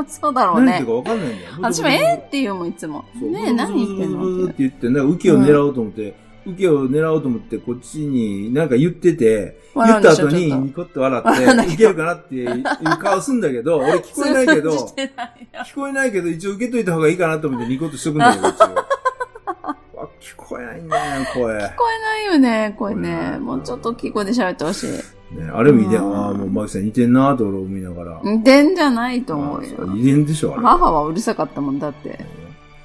B: ん。
A: そうだろう
B: 何言
A: ね
B: ってる。か分かんないんだよ。
A: 私も、えーって言うもん、いつも。
B: そう
A: ねえ、何言ってん
B: ブツブツブツ
A: のっ
B: ブツって
A: て。
B: 言って、なんか受けを狙おうと思って、受けを狙おうと思って、こっちになんか言ってて、言
A: 笑う
B: っ
A: んで
B: た
A: しょ
B: 後に
A: ちょっと
B: ニコッと笑
A: 笑うんだ
B: っ
A: けど
B: て、いけるかなっていう顔すんだけど、俺聞こえないけど、
A: そういう感じしてないよ (laughs)
B: 聞こえないけど、一応受けといた方がいいかなと思ってニコッとしとくんだけど、一応。わ聞こえないんだよね、
A: 聞
B: 声。
A: こえないよね、これ
B: 聞こえな
A: ね。
B: い
A: もうちょっと大きい声で喋ってほしい。
B: ね、あれも遺伝、
A: うん
B: ああ、もうマキさん似てんなと俺思いながら。
A: 似てんじゃないと思う
B: あーそ
A: よ。
B: 遺伝でしょ、あれ。
A: 母はうるさかったもんだって。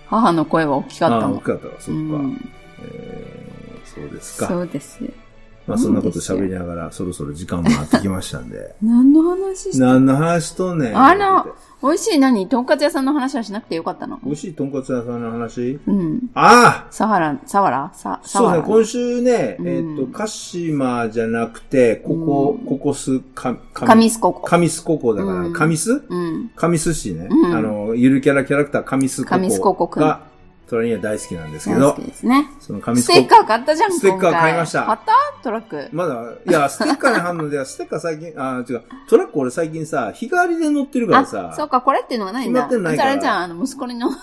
A: 母の声は大きか
B: あ
A: った
B: あ、
A: も
B: 大
A: ん
B: き。かったわ、そっ
A: う
B: か。
A: ん
B: えーそうですか。
A: そうですよ。。
B: まあそんなこと喋りながら、そろそろ時間もあってきましたんで
A: (laughs) 何の話して
B: 何の話しとんねん。
A: あら美味しい何とんかつ屋さんの話はしなくてよかったの
B: 美味しい豚骨屋さんの話
A: うん。
B: ああ
A: サハラ、サワラサ、サ
B: そう
A: ワ
B: ね、
A: ラ。
B: 今週ね、
A: うん
B: えっ、と、鹿島じゃなくて、ここ、
A: うん
B: ここす、か、か
A: カミスココ。
B: カミス高校だから、
A: うん
B: カミス
A: うん。
B: カミス市ね、
A: うん
B: あの、ゆるキャラキャラクターカミス高校。
A: カミス高校くん
B: が、トラニア大好きなんですけ
A: 大
B: ど
A: 好き、ですね。
B: そのカミ
A: ス
B: ス高
A: テッ
B: 校。
A: カー買ったじゃん、
B: ステッカー
A: 今回
B: 買いました
A: 買ったトラック。
B: まだ、いや、ステッカーに反応で、ステッカー最近、あ、違う、トラック俺最近さ、日替わりで乗ってるから
A: あ、
B: さ、
A: そうか、これっていうのがないんだ。
B: 決まってないから
A: あじゃあ、あれじゃん、あの、息子にの、貼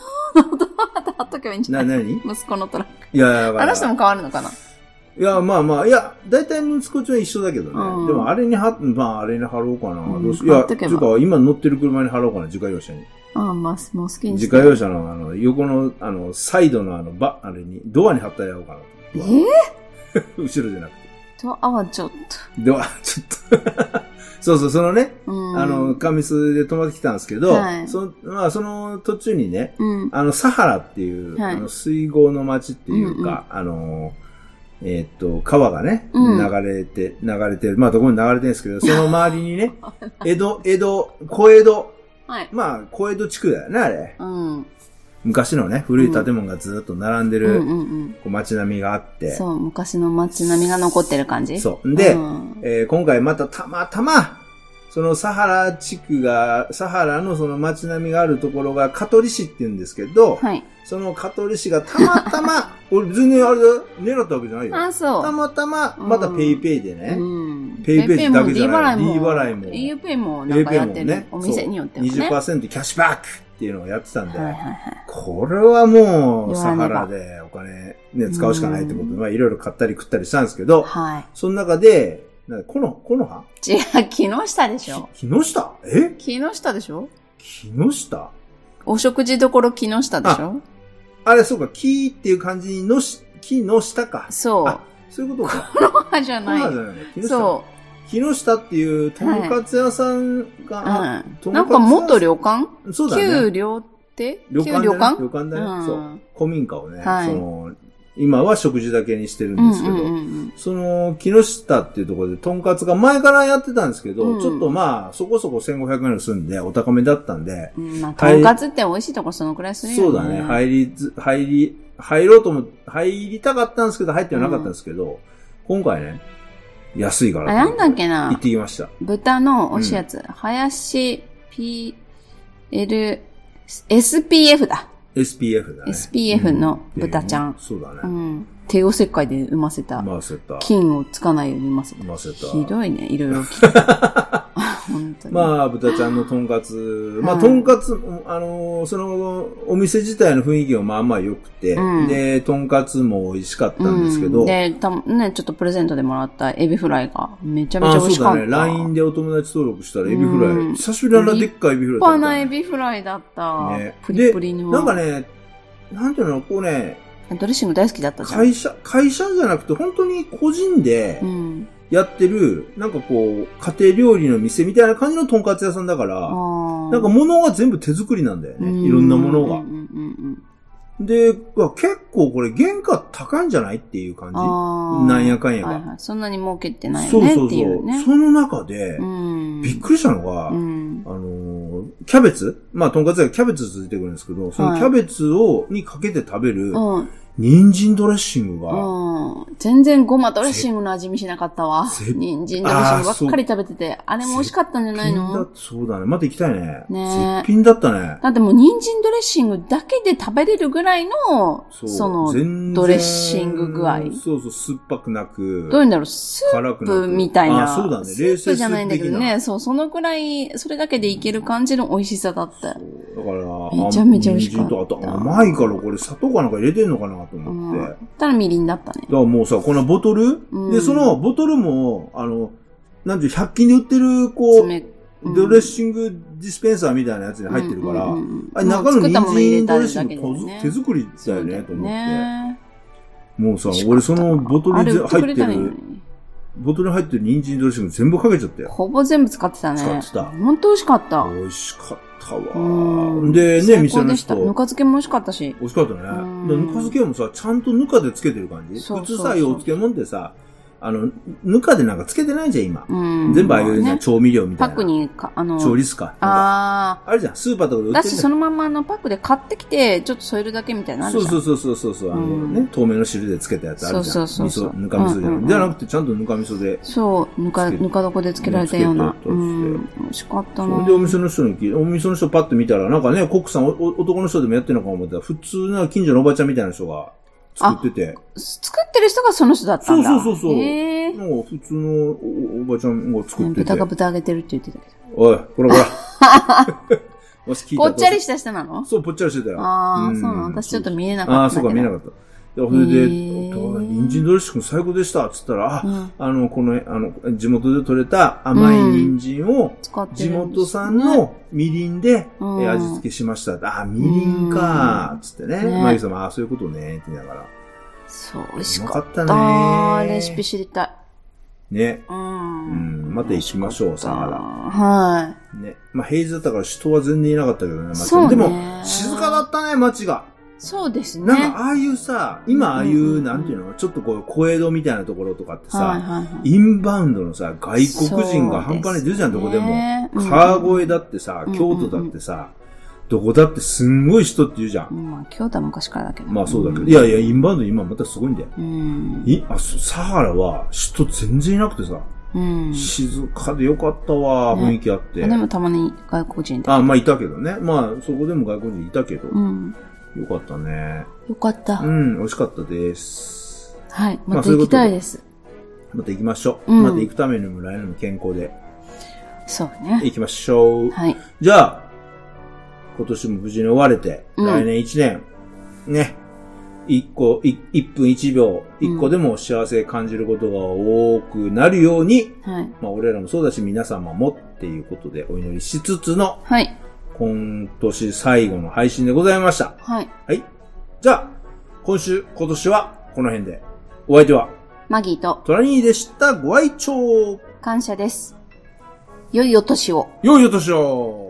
A: っとけばいいんじゃ
B: な、
A: ない
B: なに
A: 息子のトラック。
B: いや、だか
A: あの
B: ら
A: 人も変わるのかない
B: や、まあまあ、いや、大体の息子ちゃんは一緒だけどね。
A: うん
B: でも、あれには、まあ、あれに貼ろうかな。
A: うん
B: どうしいや、
A: 貼っ
B: って
A: と
B: い
A: けば
B: うか、今乗ってる車に貼ろうかな、自家用車に。
A: あ、まあ、もう好きに
B: 自
A: して。
B: 家用車の、あの、横の、あの、サイドの、あの、ば、あれに、ドアに貼ってやろうかな。
A: えー、
B: (laughs) 後ろじゃなく
A: と、あはちょっ
B: て。ドア、ちょっと。 (laughs) そうそう、そのね、
A: と。うん。
B: あの、カミスで泊まってきたんですけど、
A: はい
B: そまあ、その途中にね、
A: うん。
B: あの、サハラっていう、
A: はい
B: あの水郷の町っていうか、あの、えーっと、川がね、
A: うん
B: 流れて、流れてる。まあ、どこに流れてるんですけ
A: (laughs)
B: ど、その周りにね、江戸、江戸、小江戸、
A: はい。
B: まあ、小江戸地区だよね、あれ。
A: うん。うん
B: 昔のね、古い建物がずっと並んで
A: う
B: る、
A: んうん。
B: こう街並みがあって。
A: そう、昔の街並みが残ってる感じ
B: そう。で、
A: うん
B: えー今回またたまたま、そのサハラ地区が、サハラのその街並みがあるところが香取市って言うんですけど、
A: はい。
B: その香取市がたま
A: (laughs)
B: たま、俺全然あれだよ、狙ったわけじゃないよ。
A: あ、そう。
B: たまたま、またペイペイでね、
A: うん
B: ペイペイだけじゃない
A: D 払いも。
B: D 払いも
A: D 払いも。なんかやってる。お店によってもね。はい
B: そう20%キャッシュバックっていうのをやってたんで、
A: はいはい。
B: これはもう、
A: 言わ
B: サ
A: ねば
B: ハラでお金ね、使うしかないってことで、まあいろいろ買ったり食ったりしたんですけど、
A: はい。
B: その中で、なんかこの、この葉
A: 違う、木下でしょ。
B: き木下え
A: 木下でしょ
B: 木下
A: お食事どころ木下でしょ
B: あれ、そうか、木っていう感じにのし、木の下か。
A: そう
B: あ。そういうことか。
A: 歯じゃ
B: そうなんじ
A: な
B: ゃないの木
A: い。
B: 下。
A: そ
B: 木下っていう、とんかつ屋さん
A: う。
B: が、
A: う
B: あ
A: ん。
B: とん
A: な
B: かつ屋さん
A: んか元旅館
B: そうだ
A: 旧
B: ね。
A: 料亭旧
B: 旅館だね。
A: 旅館
B: 旅館だね。
A: うん
B: そう。古民家をね、
A: はい
B: その、今は食事だけにしてる
A: うんんう
B: ですけど、
A: んうん
B: その、木下っていうところで、とんかつが前からやってたんですけど、
A: うん
B: ちょっとまあ、そこそこ1500円するんで、お高めだったんで、
A: うん。うんまあ、とんかつって美味しいとこそのくらいする
B: そ
A: よ
B: う
A: ね。
B: だね、入りず、入り、入ろうとも、入りたかったんですけど、入ってはなかったんですけど、今回ね、安いから。
A: あ、なんだっけ
B: 行
A: な
B: っ。てきました。
A: 豚の美味しいやつ。林 PL、SPF だ。
B: SPF だね。
A: SPF の豚ちゃん
B: うそうだね。
A: うん。帝王切開で産ませた。
B: まあ、そういった。
A: 菌をつかないように産ませた。
B: ませた。
A: ひどいね、いろい
B: (laughs)
A: ろ聞いた。本当に。
B: まあ、豚ちゃんのとんかつ、まあ、
A: はい
B: とんかつ、あのーその、お店自体の雰囲気もまあまあ良くて、
A: うん
B: で、とんかつも美味しかったんですけど、
A: うんで、たね、ちょっとプレゼントでもらったエビフライがめちゃめち
B: あ
A: ゃ
B: あ、
A: 美
B: そ
A: 味し
B: う
A: かっ
B: だ
A: た。
B: ね。LINE でお友達登録したらエビフライ。
A: うん
B: 久しぶりにあんなでっかいエビフライ
A: 立
B: 食
A: 派
B: べた
A: な
B: ね
A: エビフライだった。
B: ね
A: プリプリの。
B: なんかね、なんていうの、こうね、
A: ドレッシング大好きだったじゃん。
B: 会社、会社じゃなくて本当に個人で
A: うん。
B: やってる、なんかこう、家庭料理の店みたいな感じのとんかつ屋さんだから、
A: な
B: なんか物が全部手作りなんだよね。いろんなものが
A: うん。うんうん
B: で、うわ結構これ原価高いんじゃないっていう感じ。
A: うん。
B: なんやかんやが
A: はいはい。そんなに儲けてない
B: そ
A: よ
B: う
A: ね
B: そう
A: ってい
B: そうう。
A: ね。
B: その中で、
A: うん。
B: びっくりしたのが、
A: うん。
B: あのーキャベツまあ、とんかつがキャベツ続いてくるんですけど、その
A: はい
B: キャベツを、にかけて食べる、
A: うん。
B: 人参ドレッシングが、
A: うん。全然ごまドレッシングの味見しなかったわ
B: ぜ。
A: 人参ドレッシングばっかり食べてて、あれも美味しかったんじゃない
B: 絶品
A: の
B: だそうだね。また行きたいね。
A: ねえ
B: 絶品だったね。
A: だってもう人参ドレッシングだけで食べれるぐらいの、その、ど
B: の
A: ドレッシング具合
B: そうそう、酸っぱくなく。
A: ういうんだろう、ス
B: 辛く
A: ー
B: な
A: プ
B: く
A: みたいな。
B: あ、そうだね。
A: ス
B: 冷
A: ー
B: 製
A: プ
B: ス
A: じゃないん
B: ー
A: だ
B: プ
A: け
B: 的
A: ど
B: な。
A: ね、そう、そのくらい、それだけでいける感じの美味しさだった。
B: だから、
A: めちゃめちゃ美味しかった
B: あ人参とあと甘いからこれ砂糖かなんか入れてんのかなと
A: う
B: 思
A: ん。
B: って。
A: だ
B: だか
A: からみりんだったね。
B: らもうさ、このボトル、
A: うん
B: で、そのボトルも、あの、なんていう、100均で売ってる、こう、
A: 爪うん
B: ドレッシングディスペンサーみたいなやつに入ってるから、
A: うんうんうん
B: あれ中の
A: もう作ったも
B: 人
A: の入れ
B: 参
A: た
B: ドレ
A: だ
B: ッ
A: け
B: シング
A: だよね
B: 手作りだよね、と思って。
A: ね
B: もうさ
A: 欲し、かったな
B: 俺そのボト
A: あ
B: ル
A: れ
B: ぜ
A: 売ってく
B: 入っ
A: れ
B: て
A: たらいいの
B: る、
A: に。
B: ボトルに入ってる人参ドレッシング全部かけちゃったよ。
A: ほぼ全部使ってたね。
B: 使ってた
A: ほんと美味しかった。
B: 美味しかった
A: う
B: わ。
A: ん
B: でね、
A: 最高
B: 店の
A: でした
B: 人。
A: ぬか漬けも美味しかったし。
B: 美味しかったね。
A: うん
B: でぬか漬けもさ、ちゃんとぬかでつけてる感じ。
A: そうそうそう
B: 普通さ、お漬物ってさ、あの、ぬかでなんかつけてないじゃん、今。
A: うん。
B: 全部ああいう
A: ま
B: ね、
A: ね。
B: 調味料みた
A: パ
B: い
A: ッ
B: な。
A: クにか、あの、
B: 調理師か。あ
A: あ
B: あれじゃん、スーパーとかで
A: あ。
B: 売っ
A: だ
B: て
A: し、
B: る
A: そのまんまあのパックで買ってきて、ちょっと添えるだけみたいなのあ
B: そ
A: る
B: う
A: じゃん。
B: そうそうそうそうそう、あの
A: うん
B: ね、透明の汁でつけたやつあるじゃん。
A: そうそうそうそう
B: 味噌、ぬか味噌じゃ
A: うん
B: な
A: うんう
B: く
A: ん
B: て。じゃなくて、ちゃんとぬか味噌で。
A: そう、ぬか、
B: つけて
A: ぬか床でつけられたような
B: つ。けて
A: う
B: やったり
A: ん。美味しかった
B: そ
A: な
B: れで。お店の人に聞いお店の人パッと見たら、なんかね、コックさんおお男の人でもやってるのか思ったら、普通な近所のおばちゃんみたいな人が作ってて、
A: 作ってる人がその人だったんだ。
B: そうそうそうそう
A: へえ。
B: もう普通のおおおばちゃんが作ってて
A: 豚が。豚あげてるって言ってたけど。
B: おい、こらこら。
A: (laughs)
B: もし聞いた
A: ぽっちゃり
B: し
A: した人なの
B: そう、ぽっちゃりしてたよ。
A: ああ、
B: ん
A: そうなの。私ちょっと見えなかった。
B: ああ、そうか、見えな
A: っ
B: かった。でそれで、
A: へ
B: 人
A: ー
B: 参ドレッシング最高でしたっつったら、あ、
A: うん。
B: あの、この、あの、地元で採れた甘い人参を、
A: 使って
B: 地
A: るんですね
B: 元産のみりんで、え
A: うん
B: ー味付けしました。あ、みりんかー、つってね。
A: ね
B: マギさんも、あ、そういうことね、って言いながら。
A: そう、美味しかった。
B: うまかったね
A: レシピ知りたい。
B: ね。
A: う。
B: うんん、また行きましょう、サハ
A: は
B: ラ。ね。まあ、平日だったから人は全然いなかったけどね、マジで
A: そうね
B: でも、静かだったね、街が。
A: い。そうですね。
B: なんか、ああいうさ、今ああ
A: う
B: い
A: んうんう
B: う、
A: ん
B: なんていうの、ちょっとこう、小江戸みたいなところとかって
A: はいはい
B: さ、
A: はい。
B: インバウンドのさ、外国人が半端ない出るじゃん、どこでも。川越
A: だ。
B: だってさ、
A: うん
B: 京都だってさ、どこだってすんごい人って言うじゃ。
A: うんんまあ、京都は昔からだけど。
B: まあそうだけど。
A: ん
B: いやいや、インバウンド今またすごいんだよ。
A: うん。
B: いあ、そうサハラは人全然いなくてさ、
A: うん。
B: 静かでよかったわ、
A: ね
B: 雰囲気あって
A: で。もたまに外国人で。
B: あ、まあいたけどね。まあそこでも外国人いたけど、
A: う
B: よ
A: ん。
B: かったね。
A: よかった
B: う。ん、美味しかったです。
A: はい。
B: まあ
A: また
B: そういう
A: 行
B: こ
A: き
B: とで
A: たいです。
B: また行きましょう。
A: うん
B: また行くためにも来年も健康で
A: そうね。
B: 行きましょう。
A: はい。
B: じゃあ、今年も無事に終われて、
A: うん
B: 来年1年、ね、1個、い1分1秒、
A: うん
B: 1個でも幸せ感じることが多くなるように、
A: はい。
B: まあ俺らもそうだし皆様もっていうことでお祈りしつつの、
A: はい。
B: 今年最後の配信でございました。
A: はい。
B: はい。じゃあ、今週、今年はこの辺で。お相手は、
A: マギーと
B: トラニーでした。ご愛聴
A: 感謝です。良いお年を。
B: 良いお年を